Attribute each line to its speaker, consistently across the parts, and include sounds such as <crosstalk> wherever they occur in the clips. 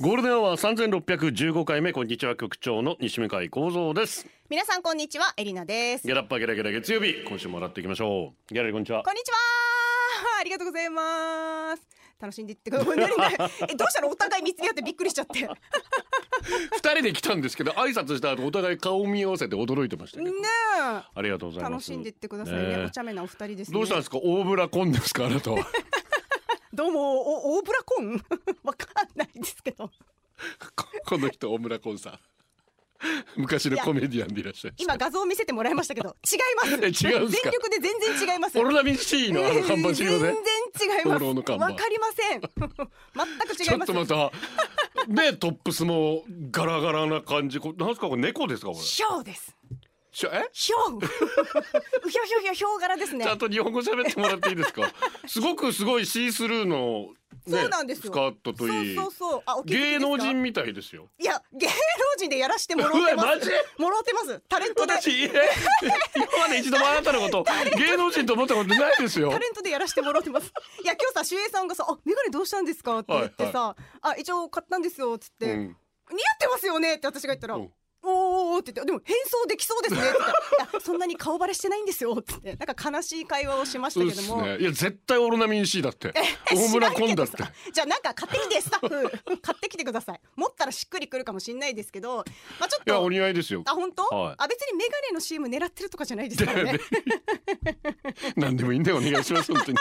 Speaker 1: ゴールデンアワー三千六百十五回目こんにちは局長の西向井光三です。
Speaker 2: 皆さんこんにちはエリナです
Speaker 1: ゲラッパゲラゲラ月曜日今週も洗っていきましょう。ギャラリーこんにちは
Speaker 2: こ。んにちは <laughs> ありがとうございます楽しんでいってくだ
Speaker 1: <laughs>
Speaker 2: さい何何えどうしたのお互い見つめ合ってびっくりしちゃってね
Speaker 1: 二人で来たんですけど挨拶した後お互い顔見合わせて驚いてましたけど。
Speaker 2: え
Speaker 1: ありがとうございます。
Speaker 2: 楽しんでいってくださいね
Speaker 1: ねえ
Speaker 2: お茶目なお二人ですね
Speaker 1: どうしたんですか大村コンですかあなたは。 <laughs>
Speaker 2: どうもお大ブラコン <laughs> わかんないですけど
Speaker 1: ここの人大村コンさん。 <laughs> 昔のコメディアンでいらっしゃいました
Speaker 2: 今画像を見せてもらいましたけど違います
Speaker 1: <laughs> え違うんですか
Speaker 2: 全力で全然違います
Speaker 1: オロナミン C のあの看板資料
Speaker 2: 全然
Speaker 1: ね。
Speaker 2: 違いま
Speaker 1: 灯籠の
Speaker 2: す
Speaker 1: 看
Speaker 2: わ
Speaker 1: 板
Speaker 2: かりません <laughs> 全く
Speaker 1: ち
Speaker 2: 違
Speaker 1: ょ
Speaker 2: い
Speaker 1: っ
Speaker 2: ま
Speaker 1: と
Speaker 2: す
Speaker 1: また。でトップスもガラガラな感じ。こなんですかこれ猫ですかこれ。
Speaker 2: ひょうです
Speaker 1: しょえ？
Speaker 2: ひょ <laughs> ううひょひょひょひょう柄ですね
Speaker 1: ちゃんと日本語喋ってもらっていいです
Speaker 2: <laughs>
Speaker 1: か。すごくすごいシースルーの、ね、
Speaker 2: そうなんです
Speaker 1: ス
Speaker 2: よ
Speaker 1: カートといい。
Speaker 2: そうそうそうあお気づきです
Speaker 1: 芸
Speaker 2: か
Speaker 1: 能人みたいですよ。
Speaker 2: いや芸能人でやらしてもらってます
Speaker 1: うわマジ
Speaker 2: もらってますタレントで
Speaker 1: 私、え今まで一度もあなた
Speaker 3: <laughs>
Speaker 1: のこと、芸能人と思ったことないですよ
Speaker 2: タ。レントでやらしてもらってますいや今日さ秀平さんがさ「あメガネどうしたんですか?」って言ってさ「あ一応買ったんですよ」っつって、
Speaker 1: うん
Speaker 2: 似合ってますよね」って私が言ったら「
Speaker 1: う
Speaker 2: お
Speaker 1: ん
Speaker 2: ーおーおーって言ってでも変装できそうですねって言ったらいやそんなに顔バレしてないんですよって言ってなんか悲しい会話をしまし
Speaker 1: そ
Speaker 2: た
Speaker 1: う
Speaker 2: け
Speaker 1: です
Speaker 2: ども、
Speaker 1: ね。いや、絶対オロナミン C だって。大村コンだって。
Speaker 2: じゃあなんか買ってきてスタッフ買ってきてください持ったらしっくりくるかもしれないですけどまあちょっ
Speaker 1: いや、お
Speaker 2: と
Speaker 1: 似合いですよ
Speaker 2: あ。本当、
Speaker 1: はい
Speaker 2: あ別にメガネの CM 狙ってるとかじゃないですからね
Speaker 1: 何でもいいんでお願いします、
Speaker 2: <laughs>
Speaker 1: 本当に。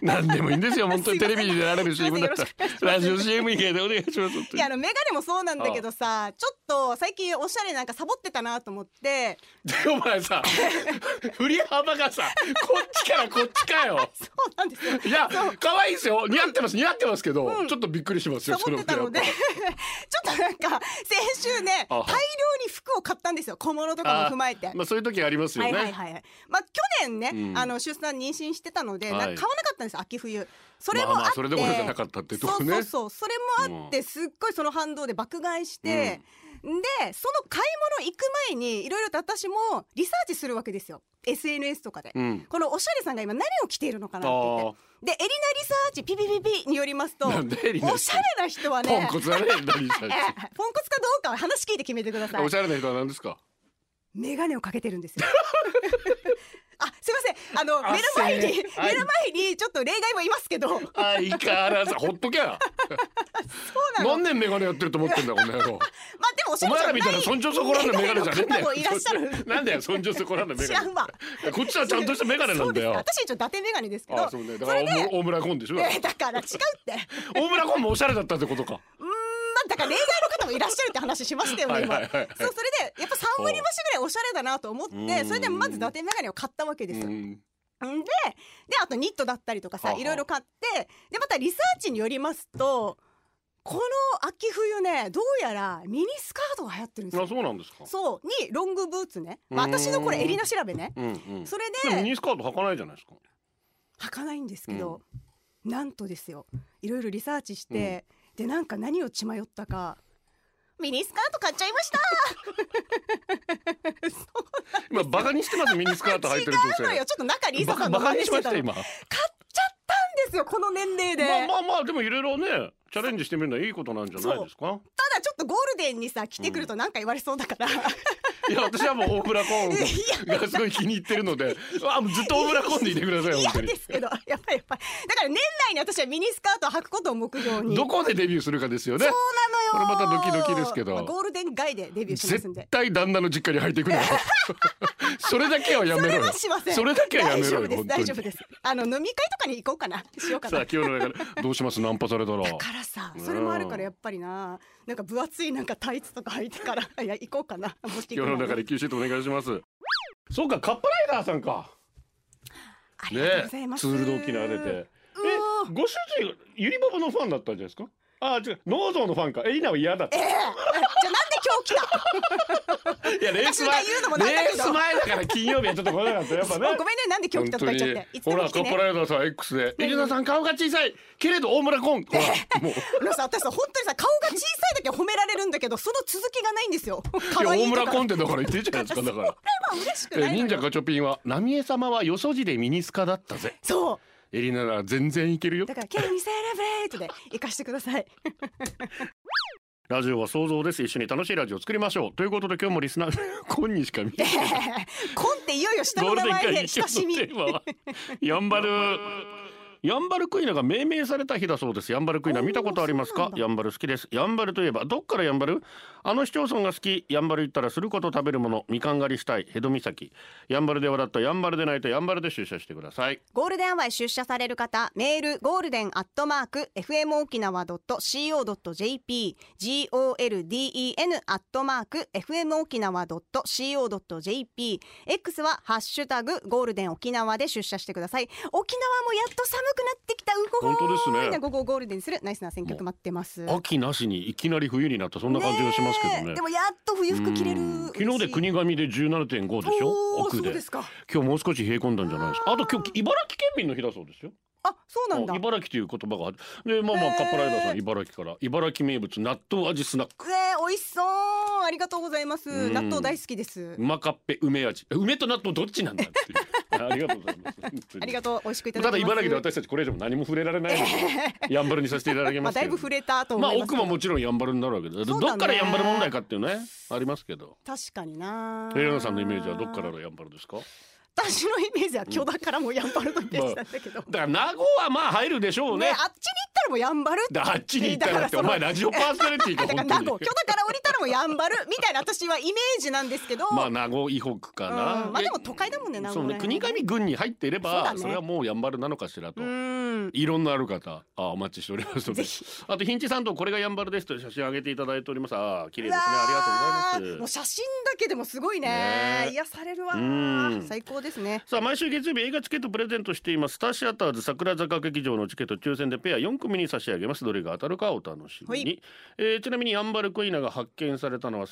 Speaker 1: 何でもいいんですよ、本当に。
Speaker 2: す
Speaker 1: テ
Speaker 2: いま
Speaker 1: レ
Speaker 2: せん
Speaker 1: ビに出られる
Speaker 2: すい
Speaker 1: CM
Speaker 2: ません
Speaker 1: だったら。ラジオ CM 以外でお願いします、本当
Speaker 2: い
Speaker 1: に
Speaker 2: やあ。のメガネもそうなんだけどさちょっと最近おしゃれなんかサボってたなと思って
Speaker 1: でお前さ振り幅がさこっちからこっちかよ
Speaker 2: そうなんですよ
Speaker 1: いや可愛いですよ似合ってます似合ってますけど、ちょっとびっくりしますよ
Speaker 2: サボってたので <laughs> ちょ
Speaker 1: そ
Speaker 2: っとなんか先週ね
Speaker 1: あ
Speaker 2: 大
Speaker 1: は
Speaker 2: 量に服を買ったんですよ小物とかも踏まえて
Speaker 1: あー。まあそういう時ありますよ
Speaker 2: は
Speaker 1: ね、
Speaker 2: いはいはいはい、まあ去年ね、
Speaker 1: うん
Speaker 2: あの出産妊娠してたので、
Speaker 1: はい
Speaker 2: なんか買わなかったんです秋冬それもあって、
Speaker 1: まあまあそれどころじゃなかったってとこね
Speaker 2: そうそうそうそれもあって、すっごいその反動で爆買いして、でその買い物行く前にいろいろと私もリサーチするわけですよ SNS とかで、
Speaker 1: うん
Speaker 2: このおしゃれさんが今何を着ているのかなって言
Speaker 1: あ
Speaker 2: ってでエリナリサーチピピピピによりますと
Speaker 1: なんでエリナリ
Speaker 2: おしゃれな人は
Speaker 1: ーポン
Speaker 2: ね
Speaker 1: コツだね何さん
Speaker 2: ええポンコツかどうかは話聞いて決めてください
Speaker 1: おしゃれな人は何ですか
Speaker 2: メガネをかけてるんですよ。 <laughs> あ、すいません。あの目の前に目の
Speaker 1: はい
Speaker 2: 前にちょっと例外もいます
Speaker 1: <laughs>
Speaker 2: けど、そう
Speaker 1: 相変わらずほっとけや
Speaker 2: なの。まあ
Speaker 1: 何年メガネやってると思ってんだこの野郎
Speaker 2: でもおし
Speaker 1: お前ら
Speaker 2: ゃれじゃな
Speaker 1: み
Speaker 2: い。
Speaker 1: たいな尊重そこらんのメガネじゃねえんだ
Speaker 2: メガネの方も
Speaker 1: よ
Speaker 2: いらっしゃる。
Speaker 1: なんだよ尊重そこらんのメガ
Speaker 2: 知
Speaker 1: ネ
Speaker 2: らんわ
Speaker 1: いやこっちはちゃんとしたメガネなんだ
Speaker 2: そう
Speaker 1: よ
Speaker 2: です私一応伊達メガネですけど、
Speaker 1: あそうねだから大村大村コンでしょ
Speaker 2: えーだから違うって。
Speaker 1: 大村コンもおしゃれだったってことか
Speaker 2: まあだから例外の方もいらっしゃるって話しましたよね今。
Speaker 1: はい
Speaker 2: そう
Speaker 1: はいはい
Speaker 2: それでやっぱ三割増しぐらいおしゃれだなと思っ
Speaker 1: う
Speaker 2: て、
Speaker 1: ん
Speaker 2: それでまず伊達メガネを買ったわけですよ。
Speaker 1: うん
Speaker 2: んでであとニットだったりとか
Speaker 1: は
Speaker 2: さ
Speaker 1: あはい
Speaker 2: ろいろ買ってでまたリサーチによりますとこの秋冬ねどうやらミニスカートが流行ってるんです
Speaker 1: あ
Speaker 2: よ。
Speaker 1: そうなんですか。
Speaker 2: そうにロングブーツね、まあ、
Speaker 1: うーん
Speaker 2: 私のこれ襟の調べね
Speaker 1: うんうん。
Speaker 2: それ
Speaker 1: でもミ
Speaker 2: で
Speaker 1: ニスカート履かないじゃないですか。
Speaker 2: 履かないんですけど、なんとですよいろいろリサーチして、でなんか何を血迷ったかミニスカート買っちゃいました
Speaker 1: 今バカにしてますミニスカート履いてる
Speaker 2: 違う
Speaker 1: 女
Speaker 2: のよ
Speaker 1: 性。
Speaker 2: ちょっと中にリ
Speaker 1: バ
Speaker 2: サ
Speaker 1: カ
Speaker 2: さん
Speaker 1: バ
Speaker 2: の
Speaker 1: カ
Speaker 2: 真
Speaker 1: に
Speaker 2: 似
Speaker 1: し
Speaker 2: し
Speaker 1: ま
Speaker 2: て
Speaker 1: したた
Speaker 2: の買
Speaker 1: 今。
Speaker 2: っ
Speaker 1: ま
Speaker 2: ちゃったんですよこの年齢で。
Speaker 1: あまあまあでもいろいろねチャレンジしてみるのはいいことなんじゃないですか。
Speaker 2: ただちょっとゴールデンにさ来てくるとなんか言われそうだから、
Speaker 1: いや私はもう大村コンがすごい気に入ってるので、あもうずっと大村コンでいてく
Speaker 2: <laughs>
Speaker 1: ださい本当
Speaker 2: 嫌
Speaker 1: に
Speaker 2: で。すけどやっぱりやっぱりだから年内に私はミニスカートを履くことを目標に
Speaker 1: どこでデビューするかですよね。
Speaker 2: そう
Speaker 1: こ
Speaker 2: なのよ
Speaker 1: れまたドキドキですけど
Speaker 2: まあゴールデン街でデビューしますん
Speaker 1: 絶
Speaker 2: で
Speaker 1: 対旦那の実家に履いていくの
Speaker 2: <laughs>
Speaker 1: よ。それだけはやめ
Speaker 2: そ
Speaker 1: ろ
Speaker 2: れ
Speaker 1: よ
Speaker 2: は。しません
Speaker 1: それだけはやめろよ本当
Speaker 2: 大丈夫です
Speaker 1: に
Speaker 2: 大丈夫ですあの飲み会とかに行こうかなしようか
Speaker 1: さ
Speaker 2: な
Speaker 1: あ清野だからどうしますナンパされたら。
Speaker 2: だからさそれもあるからやっぱりななんか分厚いなんかタイツとか履いてから <laughs> いや行こうかな持って行
Speaker 1: 世
Speaker 2: く
Speaker 1: の
Speaker 2: の
Speaker 1: 中で休止とお願いします。そうか、カップライダーさんか。
Speaker 2: あり
Speaker 1: ね
Speaker 2: がと
Speaker 1: え、
Speaker 2: うご
Speaker 1: ツ
Speaker 2: ざいます
Speaker 1: ールド沖縄出て。え
Speaker 2: うお、
Speaker 1: ご主人、ゆりぼぼのファンだったんじゃないですか。あ、違う、ノーゾーのファンか、え、リナは嫌だった。
Speaker 2: じゃあなんで今日来た
Speaker 1: いやレース
Speaker 2: 私が
Speaker 1: 前
Speaker 2: 言うのもなんだ
Speaker 1: レ
Speaker 2: け
Speaker 1: ー
Speaker 2: ど
Speaker 1: ス前だから金曜日はちょっと来なかったやっぱね
Speaker 2: ごめんねなんで狂気と叩いちゃっていつで
Speaker 1: ほ
Speaker 2: も
Speaker 1: ら
Speaker 2: 来て
Speaker 1: カッ
Speaker 2: ね
Speaker 1: プライダーさん X で「エリナさん顔が小さいけれど大村コン」ほらもう。
Speaker 2: あのさ私さ本当にさ顔が小さいだけ褒められるんだけどその続きがないんですよ可
Speaker 1: <laughs> いや
Speaker 2: 愛
Speaker 1: 大
Speaker 2: いと
Speaker 1: 村
Speaker 2: か
Speaker 1: コンテだから言ってるじゃないですか
Speaker 2: <laughs>
Speaker 1: だから
Speaker 2: それは嬉しく
Speaker 1: え
Speaker 2: ない
Speaker 1: 忍
Speaker 2: の
Speaker 1: 者
Speaker 2: よ
Speaker 1: ガチョピンは浪江様はよそじでミニスカだったぜ
Speaker 2: そ
Speaker 1: エリナなら全然いけるよ
Speaker 2: うだから「Can we celebrate」で行かしてください
Speaker 1: ラジオは想像です一緒に楽しいラジオを作りましょうということで今日もリスナー <laughs> コンにしか見えない
Speaker 2: <laughs> コンっていよいよ下
Speaker 1: ゴー
Speaker 2: の
Speaker 1: ルデン
Speaker 2: 名前
Speaker 1: 会
Speaker 2: で
Speaker 1: 議今
Speaker 2: 親
Speaker 1: 日
Speaker 2: しみ
Speaker 1: のテーマはヤンバルヤンバルクイナが命名された日だそうですヤンバルクイナ見たことあります
Speaker 2: おーそう
Speaker 1: か
Speaker 2: なんだ
Speaker 1: ヤンバル好きですヤンバルといえばどっからヤンバルあの市町村が好きヤンバル行ったらすること食べるものみかん狩りしたいヘド岬ヤンバルで笑ったヤンバルで泣いたヤンバルで出社してください
Speaker 2: ゴールデンアワーへ出社される方、メール、ゴールデンアットマーク、fmokinawa.co.jp、golden アットマーク、fmokinawa.co.jp、X は、ハッシュタグ、ゴールデン沖縄で出社してください。沖縄もやっと寒くなってきた、うほほー
Speaker 1: 本当ですね
Speaker 2: みんな午後をゴールデンにするナイスな選曲待ってます。
Speaker 1: 秋なしにいきなり冬になったそんな感じがしますけどね
Speaker 2: えでもやっと冬服着れる
Speaker 1: うん。昨日で国神で17.5でしょ
Speaker 2: おー
Speaker 1: 奥
Speaker 2: そう
Speaker 1: で
Speaker 2: ですか。
Speaker 1: 今日もう少し冷え込んだんじゃないですかあと今日茨城県民の日だそうですよ
Speaker 2: あ、そうなんだ。
Speaker 1: あ
Speaker 2: え
Speaker 1: 茨城という言葉があるでまあま
Speaker 2: へ
Speaker 1: あ
Speaker 2: ー
Speaker 1: カップライダーさん茨城から茨城名物納豆味スナック
Speaker 2: ー、美味しそう。ありがとうございま
Speaker 1: う
Speaker 2: す。
Speaker 1: ん
Speaker 2: 納豆大好きです
Speaker 1: う。まかっぺ梅味え梅と納豆どっちなんだっていうありがとうございます本当に
Speaker 2: ありがとう、美味しくいただき
Speaker 1: た
Speaker 2: ま
Speaker 1: だ
Speaker 2: す。
Speaker 1: 茨城で私たちこれ以上何も触れられないの
Speaker 2: <laughs>
Speaker 1: でやんばるにさせていただき
Speaker 2: ま
Speaker 1: ま
Speaker 2: あ、
Speaker 1: すけ
Speaker 2: だい
Speaker 1: れど
Speaker 2: ぶ触れたと思
Speaker 1: まあ
Speaker 2: いま
Speaker 1: 奥
Speaker 2: すけど。
Speaker 1: ももちろんやんばるになるわけで
Speaker 2: そ
Speaker 1: ど
Speaker 2: うだね
Speaker 1: っからやんばる問題かっていうねありますけど
Speaker 2: 確かにな。
Speaker 1: エレナさんのイメージはどっからのやんばるですか
Speaker 2: 私のイメージは巨大からもうやんばるのイメージなんだけど。
Speaker 1: だから名護はまあ入るでしょう
Speaker 2: ね、
Speaker 1: ね
Speaker 2: あっちに行ったらもうやんばるって
Speaker 1: であっちに行ったらって
Speaker 2: だ
Speaker 1: お
Speaker 2: からその
Speaker 1: 前ラジオパーソナリティか
Speaker 2: <laughs> だか
Speaker 1: 本
Speaker 2: ら名
Speaker 1: 当
Speaker 2: 護
Speaker 1: に
Speaker 2: 巨大から降りたらもうやんばるみたいな私はイメージなんですけど、
Speaker 1: まあ名護以北かな、
Speaker 2: うんまあでも都会だもんね名護
Speaker 1: そうね
Speaker 2: ね
Speaker 1: 国神軍に入っていれ
Speaker 2: そう
Speaker 1: ば
Speaker 2: だ
Speaker 1: そ,、
Speaker 2: ね
Speaker 1: れはもうやんばるなのかしらと、
Speaker 2: うん
Speaker 1: いろんなある方あお待ちしておりますので
Speaker 2: ぜひ
Speaker 1: あとヒンチさんとこれがやんばるですと写真上げていただいておりますあー綺麗ですねありがとうござい
Speaker 2: も
Speaker 1: ま
Speaker 2: う
Speaker 1: す
Speaker 2: 写真だけでもすごいね
Speaker 1: ね
Speaker 2: 癒されるわ
Speaker 1: うん
Speaker 2: 最高ですね
Speaker 1: さあ毎週月曜日映画チケットプレゼントしていますスターシアターズ桜坂劇場のチケット抽選でペア4組に差し上げますどれが当たるかお楽しみに、
Speaker 2: は
Speaker 1: えーちなみにやんばるクイナが発見されたのは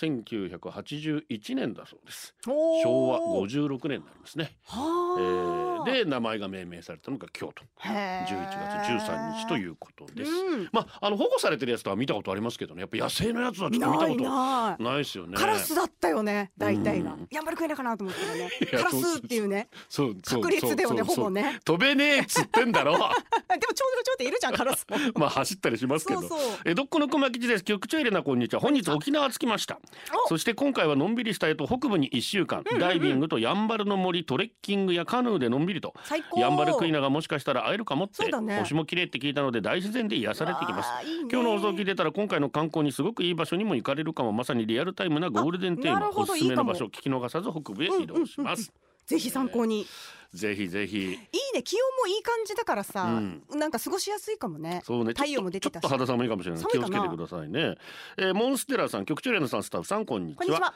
Speaker 1: 1981年だそうです
Speaker 2: おー
Speaker 1: 昭和56年になりますね、え
Speaker 2: は
Speaker 1: ー
Speaker 2: あ、
Speaker 1: で名前が命名されたのが京都
Speaker 2: へー
Speaker 1: 11月13日ということです。
Speaker 2: うん
Speaker 1: まあ、あの保護されてるやつとは見たことありますけどね、やっぱ野生のやつはちょっと見た
Speaker 2: ない
Speaker 1: こ
Speaker 2: ない
Speaker 1: とないですよね。
Speaker 2: カラスだったよね大体が
Speaker 1: うん
Speaker 2: やんばるクイナかなと思ったらね
Speaker 1: <laughs> いや
Speaker 2: カラスっていうね
Speaker 1: そうそう
Speaker 2: 確率だよね
Speaker 1: そうそう
Speaker 2: ほぼね
Speaker 1: 飛べねえっつってんだ
Speaker 2: <laughs>
Speaker 1: ろ。
Speaker 2: でもちょうどちょうどいるじゃんカラ
Speaker 1: <laughs>
Speaker 2: スも
Speaker 1: まあ走ったりしますけど。
Speaker 2: そうそう
Speaker 1: えどっこの熊吉です。局長エレナこんにちは。本日沖縄着きました
Speaker 2: お。
Speaker 1: そして今回はのんびりしたいと北部に一週間、ダイビングとやんばるの森トレッキングやカヌーでのんびりと。
Speaker 2: 最高
Speaker 1: やんばるクイナがもしかしたら会えるかもって、
Speaker 2: そうだね
Speaker 1: 星も綺麗って聞いたので大自然で癒されてきます
Speaker 2: わあいいね
Speaker 1: 今日の放送を聞いてたら今回の観光にすごくいい場所にも行かれるかもまさにリアルタイムなゴールデンテー
Speaker 2: あな
Speaker 1: マ
Speaker 2: るほ
Speaker 1: お
Speaker 2: ど
Speaker 1: すすめの場
Speaker 2: い
Speaker 1: 所聞き逃さず北部へ移動します、
Speaker 2: ぜひ参考にいい
Speaker 1: ぜひぜひ
Speaker 2: ね気温もいい感じだからさ
Speaker 1: うん
Speaker 2: なんか過ごしやすいかもね
Speaker 1: そうねちょっと
Speaker 2: 太陽も出てた
Speaker 1: ちょっ
Speaker 2: し
Speaker 1: と肌寒いかもしれない
Speaker 2: 寒い
Speaker 1: 気
Speaker 2: か
Speaker 1: を
Speaker 2: な
Speaker 1: つけてくださいね、えー、モンステラさん局長連のさんスタッフさんこんにちは
Speaker 2: こんにちは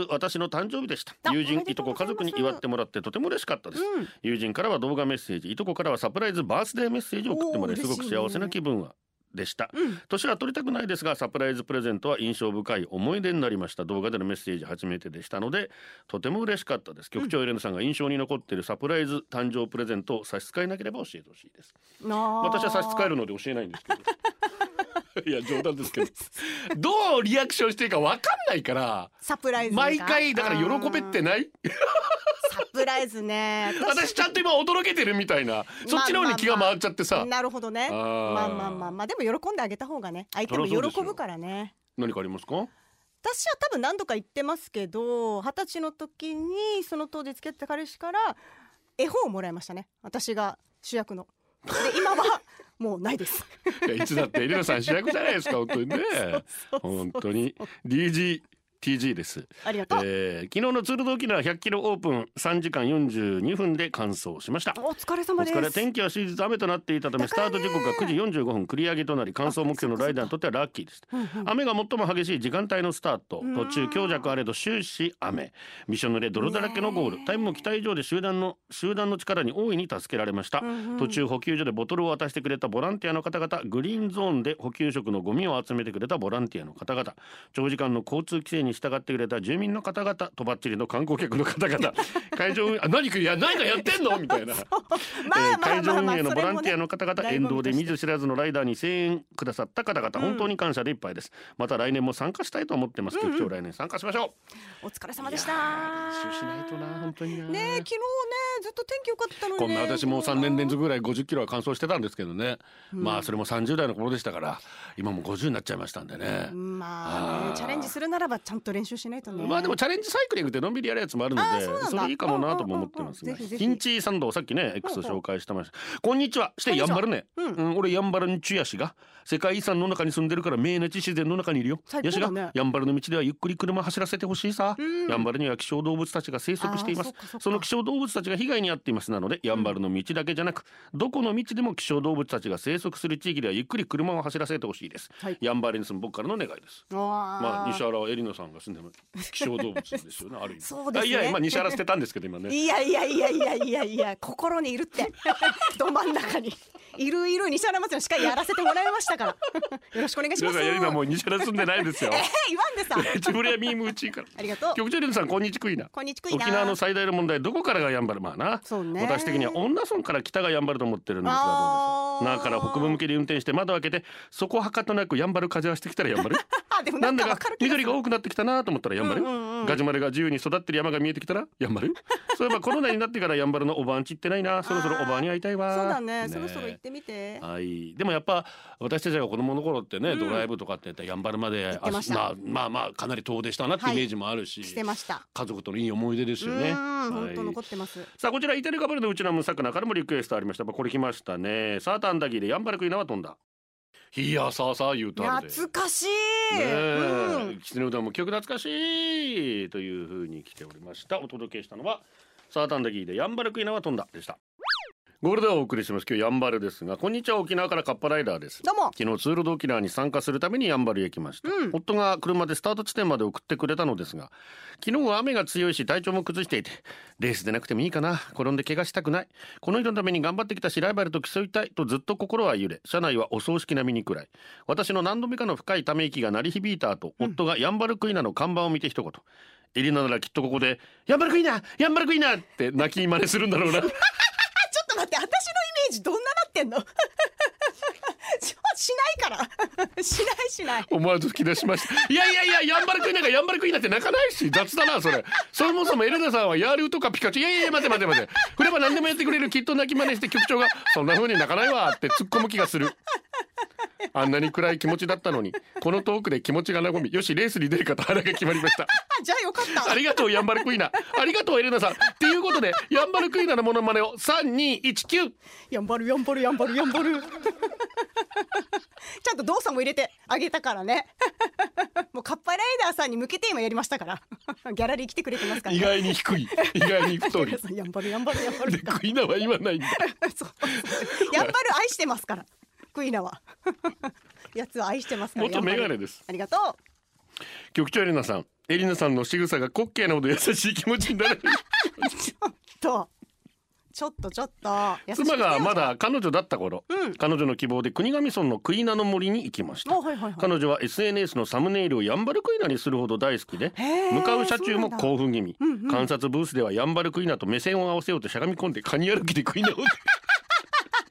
Speaker 1: 先日私の誕生日でした
Speaker 2: あ
Speaker 1: 友
Speaker 2: お
Speaker 1: 人
Speaker 2: めで
Speaker 1: い
Speaker 2: と
Speaker 1: と
Speaker 2: うご
Speaker 1: こ
Speaker 2: ざい
Speaker 1: 家
Speaker 2: ます
Speaker 1: 族に祝ってもらってとても嬉しかったです、
Speaker 2: うん
Speaker 1: 友人からは動画メッセージいとこからはサプライズバースデーメッセージを送ってもらい
Speaker 2: おー
Speaker 1: すごく
Speaker 2: 嬉しいね
Speaker 1: 幸せな気分はでした、
Speaker 2: うん
Speaker 1: 年は取りたくないですがサプライズプレゼントは印象深い思い出になりました動画でのメッセージ初めてでしたのでとても嬉しかったです局長エレナさんが印象に残っているサプライズ誕生プレゼントを差し支えなければ教えてほしいです私
Speaker 2: 私
Speaker 1: は差し支えるので教えないんですけ
Speaker 2: <laughs>
Speaker 1: どいや冗談ですけど <laughs> どうリアクションしていいかわかんないから
Speaker 2: サプライズが
Speaker 1: 毎回だから喜べって
Speaker 2: うん
Speaker 1: ない
Speaker 2: サプライズね
Speaker 1: <laughs> 私ちゃんと今驚けてるみたいなそっちの方に気が回っちゃってさ、
Speaker 2: なるほどね
Speaker 1: あ
Speaker 2: ま
Speaker 1: ー
Speaker 2: あまあまあまあでも喜んであげた方がね相手も
Speaker 1: そりゃそうです
Speaker 2: 喜
Speaker 1: よ
Speaker 2: ぶからね
Speaker 1: 何かありますか
Speaker 2: 私は多分何度か言ってますけど二十歳の時にその当時付き合ってた彼氏から絵本をもらいましたね私が主役ので今はもうないです
Speaker 1: いやいつだってエレナさん主役じゃないですか本当にね本当に DGTG です、
Speaker 2: ありが
Speaker 1: え
Speaker 2: とう、
Speaker 1: ー昨日のツールド沖縄100キロオープン3時間42分で完走しました
Speaker 2: お疲れ
Speaker 1: お
Speaker 2: 様です
Speaker 1: 疲れ天気は終日雨となっていたためスタート時刻が9時45分繰り上げとなり完走目標のライダーにとってはラッキーです雨が最も激しい時間帯のスタート
Speaker 2: うん
Speaker 1: 途中強弱あれど終始雨ミッション濡れ泥だらけのゴールタイムも期待以上で集団の集団の力に大いに助けられました
Speaker 2: うんうん
Speaker 1: 途中補給所でボトルを渡してくれたボランティアの方々グリーンゾーンで補給食のゴミを集めてくれたボランティアの方々長時間の交通規制に従ってくれた住民の方々とばっちりの観光客の方
Speaker 2: <laughs>
Speaker 1: 々会場運営あ何かいや何かやってんのみたいな、
Speaker 2: まあ
Speaker 1: えー
Speaker 2: まあ
Speaker 1: 会場
Speaker 2: まあまあ
Speaker 1: 運営の
Speaker 2: そ
Speaker 1: ボ
Speaker 2: れ
Speaker 1: ラ
Speaker 2: も
Speaker 1: ンティア
Speaker 2: ね
Speaker 1: の方々、
Speaker 2: 醍醐味
Speaker 1: 沿道で
Speaker 2: とし
Speaker 1: 見
Speaker 2: て
Speaker 1: ず知らずのライダーに声援くださった方々、本当に感謝でいっぱいですまた来年も参加したいと思ってます、局長来年参加しましょう
Speaker 2: お疲れ様でした
Speaker 1: いやー練習しないとな本当にな
Speaker 2: ねえ昨日ねずっと天気良かったのにね
Speaker 1: こんな私もう3年連続ぐらい50キロは完走してたんですけどね、まあそれも30代の頃でしたから今もう50になっちゃいましたんでね、
Speaker 2: まあね、
Speaker 1: あー
Speaker 2: チャレンジするならばちゃんと練習しないとね。
Speaker 1: まあでもチャレンジサイクリングってのんびりやるやつもあるの
Speaker 2: あー
Speaker 1: で
Speaker 2: そうなんだ
Speaker 1: それいいかもなとも思ってます
Speaker 2: うん
Speaker 1: が
Speaker 2: うんうんぜひぜひ
Speaker 1: ヒンチーサンドをさっきね X を紹介してましたこんにちはしてやんばるね
Speaker 2: こんにち
Speaker 1: うん俺やんばるにちやしが世界遺産の中に住んでるから命日自然の中にいるよ
Speaker 2: 最高
Speaker 1: や
Speaker 2: だ
Speaker 1: し
Speaker 2: ね
Speaker 1: がやんばるの道ではゆっくり車走らせてほしいさ
Speaker 2: うん
Speaker 1: やんばるには希少動物たちが生息していま
Speaker 2: あーそ
Speaker 1: す
Speaker 2: っかそっか
Speaker 1: その希少動物たちが被害に遭っていますなのでやんばるの道だけじゃなくどこの道でも希少動物たちが生息する地域ではゆっくり車を走らせてほしいです
Speaker 2: はい
Speaker 1: やんばるに住む僕からの願いですまあ
Speaker 2: ま
Speaker 1: 西原はエリナさんが住んでる希少動物です
Speaker 2: <laughs>
Speaker 1: よねある意味
Speaker 2: そうですね
Speaker 1: あいや今西原捨てたんですけど今
Speaker 2: <laughs>
Speaker 1: ね
Speaker 2: いやいやいやいやいやいや心にいるって <laughs> ど真ん中にいるいる西原祭の司会やらせてもらいましたから <laughs> よろしくお願いし
Speaker 1: 皆
Speaker 2: ま
Speaker 1: さ
Speaker 2: す
Speaker 1: んエリナもう西原住んでないです
Speaker 2: <laughs>
Speaker 1: よ
Speaker 2: えー、言わんでさ
Speaker 1: 自分やミームう <laughs> ちいいから
Speaker 2: ありがとう
Speaker 1: 局長エリナさんこんにちくいな
Speaker 2: こんにちくいな
Speaker 1: 沖縄の最大の問題どこからがやんばるまあな
Speaker 2: そうね
Speaker 1: 私的には女村から北がやんばると思ってるんですがどうでしょう
Speaker 2: あ
Speaker 1: 那
Speaker 2: ー
Speaker 1: 覇から北部向けに運転して窓開けてそこはかとなくやんばる風はしてきたらやんばる
Speaker 2: <laughs> あでも
Speaker 1: な
Speaker 2: なんん
Speaker 1: だ
Speaker 2: かわ
Speaker 1: か
Speaker 2: かる気がす
Speaker 1: 緑
Speaker 2: る
Speaker 1: が多くなってきたなと思ったらやんばる、
Speaker 2: うんうんうん
Speaker 1: ガジュマルが自由に育ってる山が見えて
Speaker 2: <laughs>
Speaker 1: きたらやんばるそういえばコロナになってからやんばるのおばあんち行ってないなそろそろおばあに会いたいわ
Speaker 2: そうだねそろそろ行ってみて
Speaker 1: はい、でもやっぱ私たちが子供の頃ってね、
Speaker 2: ん
Speaker 1: ドライブとかってやったらやんばるまで
Speaker 2: 行ってました
Speaker 1: あまあまあかなり遠出したなってイメージもあるし、
Speaker 2: してました
Speaker 1: 家族とのいい思い出です
Speaker 2: う
Speaker 1: よ
Speaker 2: ん
Speaker 1: ね。
Speaker 2: 本当
Speaker 1: はい
Speaker 2: 残ってます
Speaker 1: さあこちらイタリカブルのうちのムサクナからもリクエストありました。まあこれ来ましたね。サーターアンダギーでヤンバルクイナは飛んだ。いやさあさあ言うとあるで。
Speaker 2: 懐かしい、
Speaker 1: ね
Speaker 2: う
Speaker 1: え
Speaker 2: ん、
Speaker 1: キツネうどんも曲懐かしいというふうに来ておりましたお届けしたのはサーターアンダギーでヤンバルクイナは飛んだでしたゴールドはお送りします今日ヤンバルですがこんにちは沖縄からカッパライダーです
Speaker 2: どうも
Speaker 1: 昨日ツールド沖縄に参加するためにやんばるへ来ました、
Speaker 2: うん
Speaker 1: 夫が車でスタート地点まで送ってくれたのですが昨日は雨が強いし体調も崩していてレースでなくてもいいかな転んで怪我したくないこの人のために頑張ってきたしライバルと競いたいとずっと心は揺れ車内はお葬式並みに暗い私の何度目かの深いため息が鳴り響いた後、夫がやんばるクイナの看板を見て一言エリナならきっとここで「やんばるクイナやんばるクイナ!」って泣き真似するんだろうな
Speaker 2: あちょっと待って私のイメージどんななってんの <laughs> ちょしないから <laughs> しないしない
Speaker 1: 思わず吹き出しましたいやいやいやヤンバルクイナがヤンバルクイナって泣かないし雑だなそれそもそもエルダさんはヤールとかピカチュウいやいやいや待て待て待て振れば何でもやってくれるきっと泣き真似して局長がそんな風に泣かないわって突っ込む気がするあんなに暗い気持ちだったのにこのトークで気持ちが和みよしレースに出るかと腹が決まりました
Speaker 2: あじゃあよかった
Speaker 1: ありがとうヤンバルクイナありがとうエルダさんっていうことでヤンバルクイナのモノマネを3219
Speaker 2: やんばるやんばるやんばるやんばる <laughs> ちゃんと動作も入れてあげたからね <laughs> もうカッパライダーさんに向けて今やりましたから <laughs> ギャラリー来てくれてますから、
Speaker 1: 意
Speaker 2: ね、
Speaker 1: 外に低い意外に太り
Speaker 2: 皆さん <laughs> やんばるやんばるやんば
Speaker 1: で
Speaker 2: る
Speaker 1: クイナは言わないんだ
Speaker 2: <laughs> そう <laughs> やんばる愛してますからクイナは <laughs> やつは愛してますから
Speaker 1: 元メガネ
Speaker 2: やんばる
Speaker 1: です
Speaker 2: ありがとう
Speaker 1: 局長エリナさんエリナさんの仕草が滑稽なほど優しい気持ちにな
Speaker 2: <laughs>
Speaker 1: る
Speaker 2: ちょっとちょっとちょっと優しくして
Speaker 1: 妻
Speaker 2: よ
Speaker 1: がまだ彼女だった頃、
Speaker 2: うん
Speaker 1: 彼女の希望で国頭村のクイナの森に行きました
Speaker 2: おはいはいはい
Speaker 1: 彼女は SNS のサムネイルをヤンバルクイナにするほど大好きで
Speaker 2: へー
Speaker 1: 向かう車中も興奮気味、
Speaker 2: そうなんだうんうん
Speaker 1: 観察ブースではヤンバルクイナと目線を合わせようとしゃがみ込んでカニ歩きでクイ
Speaker 2: <laughs>
Speaker 1: ナを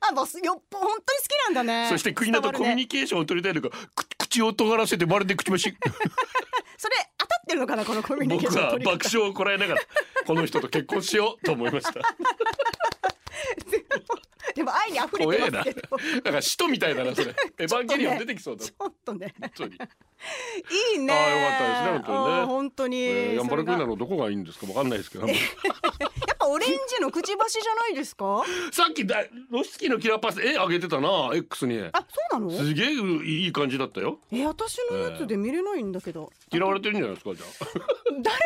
Speaker 2: あもうよっぽ本当に好きなんだね
Speaker 1: そしてクイナとコミュニケーションを取りたいのか、く口を尖らせてまるで
Speaker 2: <laughs>
Speaker 1: 口虫
Speaker 2: それ当たってるのかなこのコミュニケ
Speaker 1: 僕
Speaker 2: ーション
Speaker 1: は
Speaker 2: 取
Speaker 1: 爆
Speaker 2: り方
Speaker 1: 笑をこらえながらこの人と結婚しようと思いました
Speaker 2: <laughs> でも愛に溢れ
Speaker 1: 怖え
Speaker 2: てま
Speaker 1: な。な
Speaker 2: すけ
Speaker 1: ん
Speaker 2: ど
Speaker 1: か使徒みたいだなそ
Speaker 2: <laughs>
Speaker 1: れ。エヴァンゲリオン出てきそうだ。
Speaker 2: ちょっとね
Speaker 1: 本当に。
Speaker 2: いいね
Speaker 1: あーよかったですね本
Speaker 2: 本当に
Speaker 1: えーヤンバルクイナ
Speaker 2: それが
Speaker 1: のどこがいいんですかわかんないですけど。
Speaker 2: やっぱオレンジのくちばしじゃないですか
Speaker 1: さっきだロシキのキラーパス絵あげてたな X に。
Speaker 2: あそうなの
Speaker 1: すげえいい感じだったよ。
Speaker 2: え私のやつで見れないんだけど、
Speaker 1: 嫌われてるんじゃないですかじゃ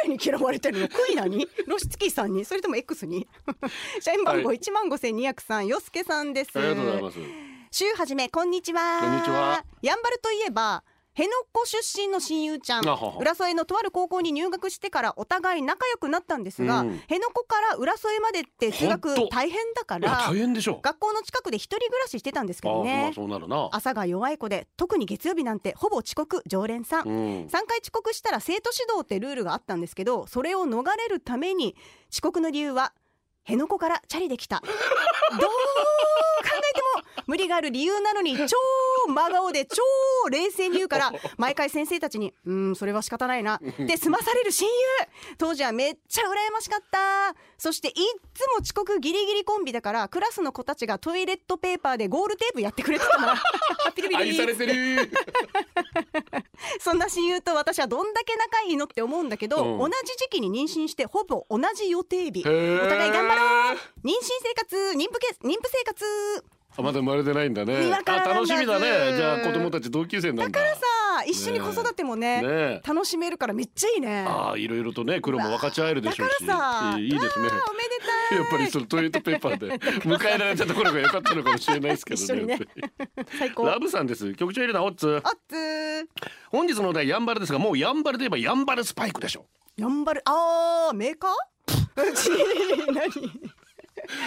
Speaker 2: 誰に嫌われてるのクイナ
Speaker 1: <laughs>
Speaker 2: にロシツキーさんにそれとも X に <laughs> 社員番号
Speaker 1: はい
Speaker 2: 一万五千二百三よすけさんで
Speaker 1: <laughs>
Speaker 2: す
Speaker 1: あ。ありがとうございます。
Speaker 2: 週はじめこんにちは
Speaker 1: こんにちは
Speaker 2: やんばるといえば辺野古出身の親友ちゃん
Speaker 1: あはは
Speaker 2: 浦添のとある高校に入学してからお互い仲良くなったんですが、
Speaker 1: うん
Speaker 2: 辺野古から浦添までって通
Speaker 1: ほ
Speaker 2: 学
Speaker 1: んと
Speaker 2: 大変だか
Speaker 1: いや
Speaker 2: ら
Speaker 1: 大変でしょう。
Speaker 2: 学校の近くで一人暮らししてたんですけ
Speaker 1: あ
Speaker 2: ど
Speaker 1: あまあ
Speaker 2: ね
Speaker 1: そうなるな。
Speaker 2: 朝が弱い子で特に月曜日なんてほぼ遅刻常連さん、
Speaker 1: うん。
Speaker 2: 3回遅刻したら生徒指導ってルールがあったんですけどそれを逃れるために遅刻の理由は辺野古からチャリできたどう考えても無理がある理由なのに超真顔で超冷静に言うから毎回先生たちに「うーんそれは仕方ないな」で済まされる親友当時はめっちゃ羨ましかったそしていっつも遅刻ギリギリコンビだからクラスの子たちがトイレットペーパーでゴールテープやってくれて
Speaker 1: <laughs>
Speaker 2: たなピリピリ
Speaker 1: 愛されて
Speaker 2: <laughs>
Speaker 1: る。
Speaker 2: そんな親友と私はどんだけ仲いいのって思うんだけど、
Speaker 1: うん
Speaker 2: 同じ時期に妊娠してほぼ同じ予定日お
Speaker 4: ー
Speaker 2: 互い頑張ろう妊娠生活妊婦け妊婦生活
Speaker 4: あまだ生まれてないんだね
Speaker 2: 今
Speaker 4: あ
Speaker 2: からなんだ
Speaker 4: 楽しみだね
Speaker 2: ず
Speaker 4: じゃあ子供たち同級生なんだだから
Speaker 2: さあ一緒に子育てもね
Speaker 4: ねえ
Speaker 2: 楽しめるからめっちゃいいね
Speaker 4: ああいろいろとね苦労も分かち合えるで
Speaker 2: だ
Speaker 4: し
Speaker 2: か
Speaker 4: ょう
Speaker 2: ら
Speaker 4: し
Speaker 2: さ
Speaker 4: いいいいですね
Speaker 2: わあおめでた
Speaker 4: <laughs>
Speaker 2: い
Speaker 4: やっぱりそのトイレットペーパーで
Speaker 2: <laughs>
Speaker 4: 迎えられたところが良かったのかもしれないですけど
Speaker 2: 一緒にね
Speaker 4: やっぱり
Speaker 2: 最高
Speaker 1: ラブさんです。局長エレナオッツ。
Speaker 2: あっつー
Speaker 1: 本日のお題ヤンバルですが、もうヤンバルといえばヤンバルスパイク
Speaker 2: <laughs>
Speaker 1: でしょ。
Speaker 2: やんばるあーメーカーち何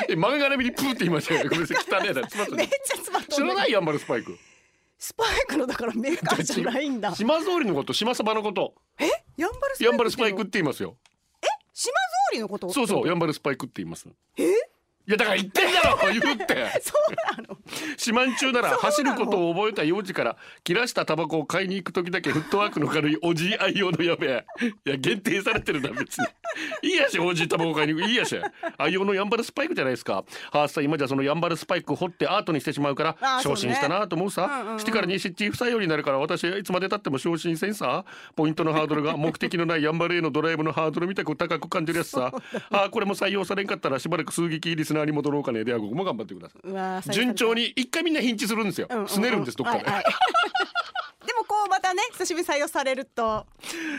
Speaker 4: え前がらみにプーって言いましたよねごめんなさい汚ねえな詰まって
Speaker 2: めっ
Speaker 4: る
Speaker 2: ちゃ詰まった
Speaker 4: 知らないヤンバルスパイク
Speaker 2: スパイクのだからメーカーじゃない
Speaker 4: <laughs>
Speaker 2: んだ
Speaker 4: 島総理のこと島サバのこと
Speaker 2: やんばるスパイクっていう
Speaker 4: ヤンバルスパイクって言
Speaker 2: の
Speaker 4: いますよ
Speaker 2: 島通りのこと
Speaker 4: そうそうヤンバルスパイクって言いますいやだから言ってんだろ <laughs> 言うって
Speaker 2: そうなの
Speaker 4: 四万中なら走ることを覚えた幼児から切らしたタバコを買いに行く時だけフットワークの軽いおじい愛用のやべえいや限定されてるな別にいいやしおじいタバコ買いに行くいいやし愛用のヤンバルスパイクじゃないですかハースさん今じゃそのヤンバルスパイク掘ってアートにしてしまうから
Speaker 2: あーそう
Speaker 4: 昇
Speaker 2: ね
Speaker 4: 進したなと思うさ
Speaker 2: うんうんうん
Speaker 4: してからに失地不採用になるから私はいつまでたっても昇進せんさポイントのハードルが目的のないヤンバルへのドライブのハードルみたく高く感じるやつ
Speaker 2: <laughs>
Speaker 4: さあーこれも採用されんかったらしばらく数撃リスナーに戻ろうかねではここも頑張ってくださいう
Speaker 2: わー
Speaker 4: 順調に一回みんなヒンチするんですよ。
Speaker 2: うんうんうん
Speaker 4: すねるんですどっかで。
Speaker 2: はいはい <laughs> でもこうまたね久しぶりに採用されると